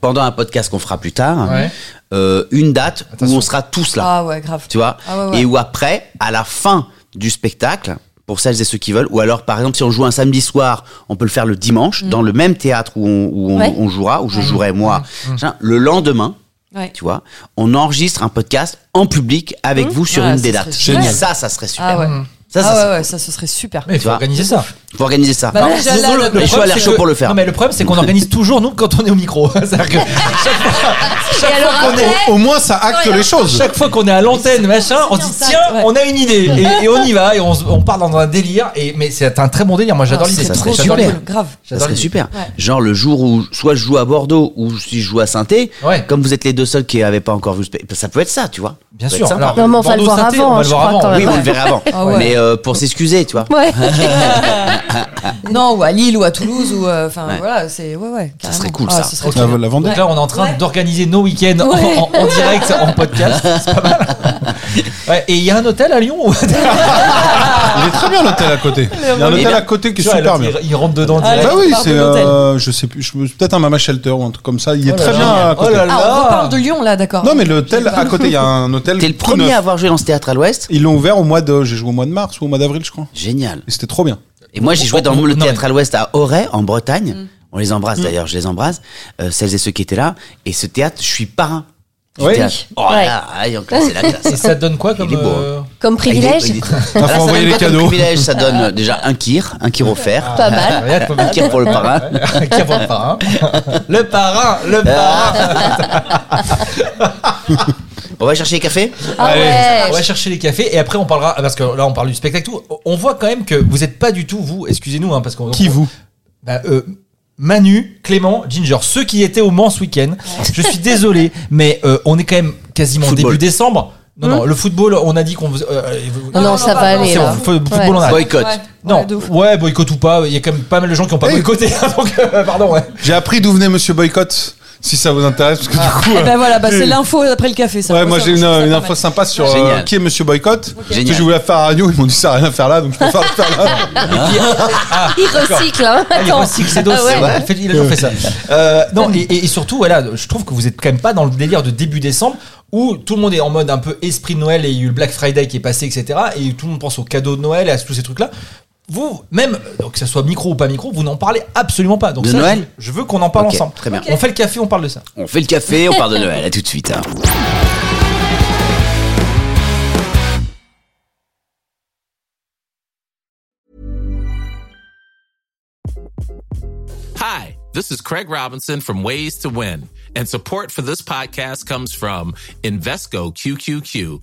B: pendant un podcast qu'on fera plus tard,
A: Ouais.
B: euh, une date où on sera tous là.
E: Ah ouais, grave.
B: Tu vois
E: Ah ouais, ouais.
B: Et où après, à la fin du spectacle, pour celles et ceux qui veulent, ou alors par exemple si on joue un samedi soir, on peut le faire le
E: Mm.
B: dimanche, dans le même théâtre où on, où on,
H: Ouais.
A: Mm.
B: on jouera, où je jouerai moi, Tiens, le lendemain.
E: Ouais.
B: Tu vois, on enregistre un podcast en public avec vous sur
E: Ah,
B: une
E: ça
B: des
E: serait
B: dates.
E: génial. Génial.
B: Ça, ça serait super.
E: Ah ouais.
H: Mm.
B: Ça, ça,
E: ah
B: serait-
E: ouais, ouais, ça, ce serait super.
A: Mais il faut
B: vois.
A: organiser ça.
B: Faut organiser ça.
E: Bah,
B: Enfin,
E: déjà, là,
B: Zozo, le-
E: le- le
B: je suis à
A: problème,
B: l'air
A: c'est
B: chaud
A: que-
B: pour le faire.
A: Non, mais le problème, c'est qu'on organise toujours, nous, quand on est au micro. C'est-à-dire que
H: Et alors
C: Au-
H: après,
C: Au, moins, ça acte
H: Ouais.
C: les choses.
A: chaque fois qu'on est à l'antenne, machin, on se dit tiens, on a une idée. Et, et on y va, et on, se- on part dans un délire. Et, mais c'est un très bon délire. Moi, j'adore
E: Ah,
A: l'idée.
B: ça
E: c'est
B: serait
E: trop
A: J'adore
E: cool,
A: l'idée.
E: grave.
B: Ça
A: J'adore
B: serait
A: l'idée.
B: super. Genre le jour où soit je joue à Bordeaux ou si je joue à Saint-Thé,
A: Ouais.
B: comme vous êtes les deux seuls qui n'avaient pas encore vu ce pays, ça peut être ça, tu vois.
A: Bien
B: Ça peut
A: sûr.
B: être Bah, sympa.
A: Alors,
D: Non, mais on va le
A: Bordeaux
D: voir
A: Sainté,
D: avant,
A: on va
D: hein,
A: le
D: je
A: voir
D: crois,
A: avant.
D: quand même.
B: oui, on le verra avant.
E: Ah ouais.
B: Mais euh, pour s'excuser, tu vois.
D: Ouais.
E: Non, ou à Lille ou à Toulouse ou euh, enfin
B: Ouais.
E: voilà, c'est ouais ouais.
B: Ça
E: carrément.
B: serait cool,
E: Ah,
B: ça.
E: ce serait
A: Ok.
C: La, la Vendée.
A: Donc là, on est en train
E: Ouais.
A: d'organiser nos week-ends en-
E: Ouais.
A: en, en direct, en podcast. C'est pas mal. Ouais, et il y a un hôtel à Lyon où-
C: Il est très bien l'hôtel à côté. Il y a un
B: Vendée.
C: hôtel à côté qui
A: Tu
C: est
A: vois,
C: super
A: l'autre,
C: bien.
A: il- Il rentre dedans
E: Ah,
A: direct.
C: Bah
E: Ouais,
C: oui,
E: on parle
C: c'est
E: de l'hôtel.
C: euh, je sais plus, je me- peut-être un Mama Shelter ou un truc comme ça. Il est
A: Oh là
C: très
A: là.
C: bien à
A: Oh
C: côté.
A: là
E: Ah, on
A: là.
E: reparle de Lyon là, d'accord.
C: Non mais l'hôtel à côté, il y a un hôtel.
B: T'es le
C: tout
B: premier
C: neuf.
B: à avoir joué dans ce théâtre à l'ouest.
C: Ils l'ont ouvert au mois de, j'ai joué au mois de mars ou au mois d'avril, je crois.
B: Génial.
C: Et c'était trop bien.
B: Et moi, j'ai joué dans
C: Oh,
A: Non,
B: le
A: mais-
B: théâtre à l'ouest à Auray, en Bretagne.
C: Mm.
B: On les embrasse d'ailleurs, je les embrasse, euh, celles et ceux qui étaient là. Et ce théâtre, je suis parrain. du
C: Oui.
B: théâtre. Oh
H: Ouais.
B: là, aïe, donc là, c'est la classe.
A: Et ça te donne quoi comme.
B: Il est beau,
A: euh,
H: comme privilège,
B: Il est- il est-
C: Ah,
B: Alors,
C: faut
B: ça
C: envoyer
B: donne
C: les
B: pas comme
C: cadeaux.
B: privilège, ça donne euh, déjà un kir, un kir offert.
D: Ah.
H: pas mal.
A: regarde comme-
B: Un kir pour le parrain.
A: Qui hein. avant le parrain Le parrain
D: Ah,
A: Le parrain
B: On va chercher les cafés
H: Ah ouais.
A: On va chercher les cafés et après on parlera parce que là on parle du spectacle tout. On voit quand même que vous n'êtes pas du tout vous. Excusez-nous hein, parce qu'on
C: Qui vous
A: Bah, euh, Manu, Clément, Ginger, ceux qui étaient au Mans ce week-end. Je suis désolé, mais euh, on est quand même quasiment
B: Football.
A: début décembre. Non non, le football, on a dit qu'on. faisait- euh, euh, vous-
H: Hmm Non, non, ça va aller,
A: c'est-
H: là.
A: on- fo- football, on arrête.
B: Boycott.
A: Non, ouais, boycott ou pas, il y a quand même pas mal de gens qui ont pas
C: Eh.
A: boycotté. donc, euh, pardon, ouais.
C: J'ai appris d'où venait Monsieur Boycott, si ça vous intéresse, parce que du coup.
E: Et ben
C: euh,
E: voilà, bah,
C: j'ai-
E: c'est l'info après le café. Ça,
C: Ouais,
E: Ça,
C: moi
E: ça,
C: j'ai une,
E: je trouve ça
C: une
E: pas
C: info
E: mal.
C: sympa sur euh,
B: Génial.
C: qui est Monsieur Boycott. Parce que
B: Génial.
C: je voulais la faire à la radio, ils m'ont dit ça n'a rien à faire là, donc je préfère le faire là.
H: Il recycle, hein.
A: Ah, il
H: Attends.
A: recycle ses doses,
H: Ah ouais.
A: c'est vrai, il, fait- il a toujours fait ça. Euh, non, et, et- et surtout, voilà, je trouve que vous êtes quand même pas dans le délire de début décembre où tout le monde est en mode un peu esprit de Noël et il y a eu le Black Friday qui est passé, etc. Et tout le monde pense aux cadeaux de Noël et à tous ces trucs-là. Vous, même, donc, que ce soit micro ou pas micro, vous n'en parlez absolument pas. Donc
B: De
A: ça, je-
B: Noël
A: je, veux qu'on en parle
B: Ok,
A: ensemble.
B: très bien.
A: On fait le café, on parle de ça.
B: On fait le café, on part de Noël, à tout de suite. hein.
I: Hi, this is Craig Robinson from Ways to Win, and support for this podcast comes from Invesco QQQ,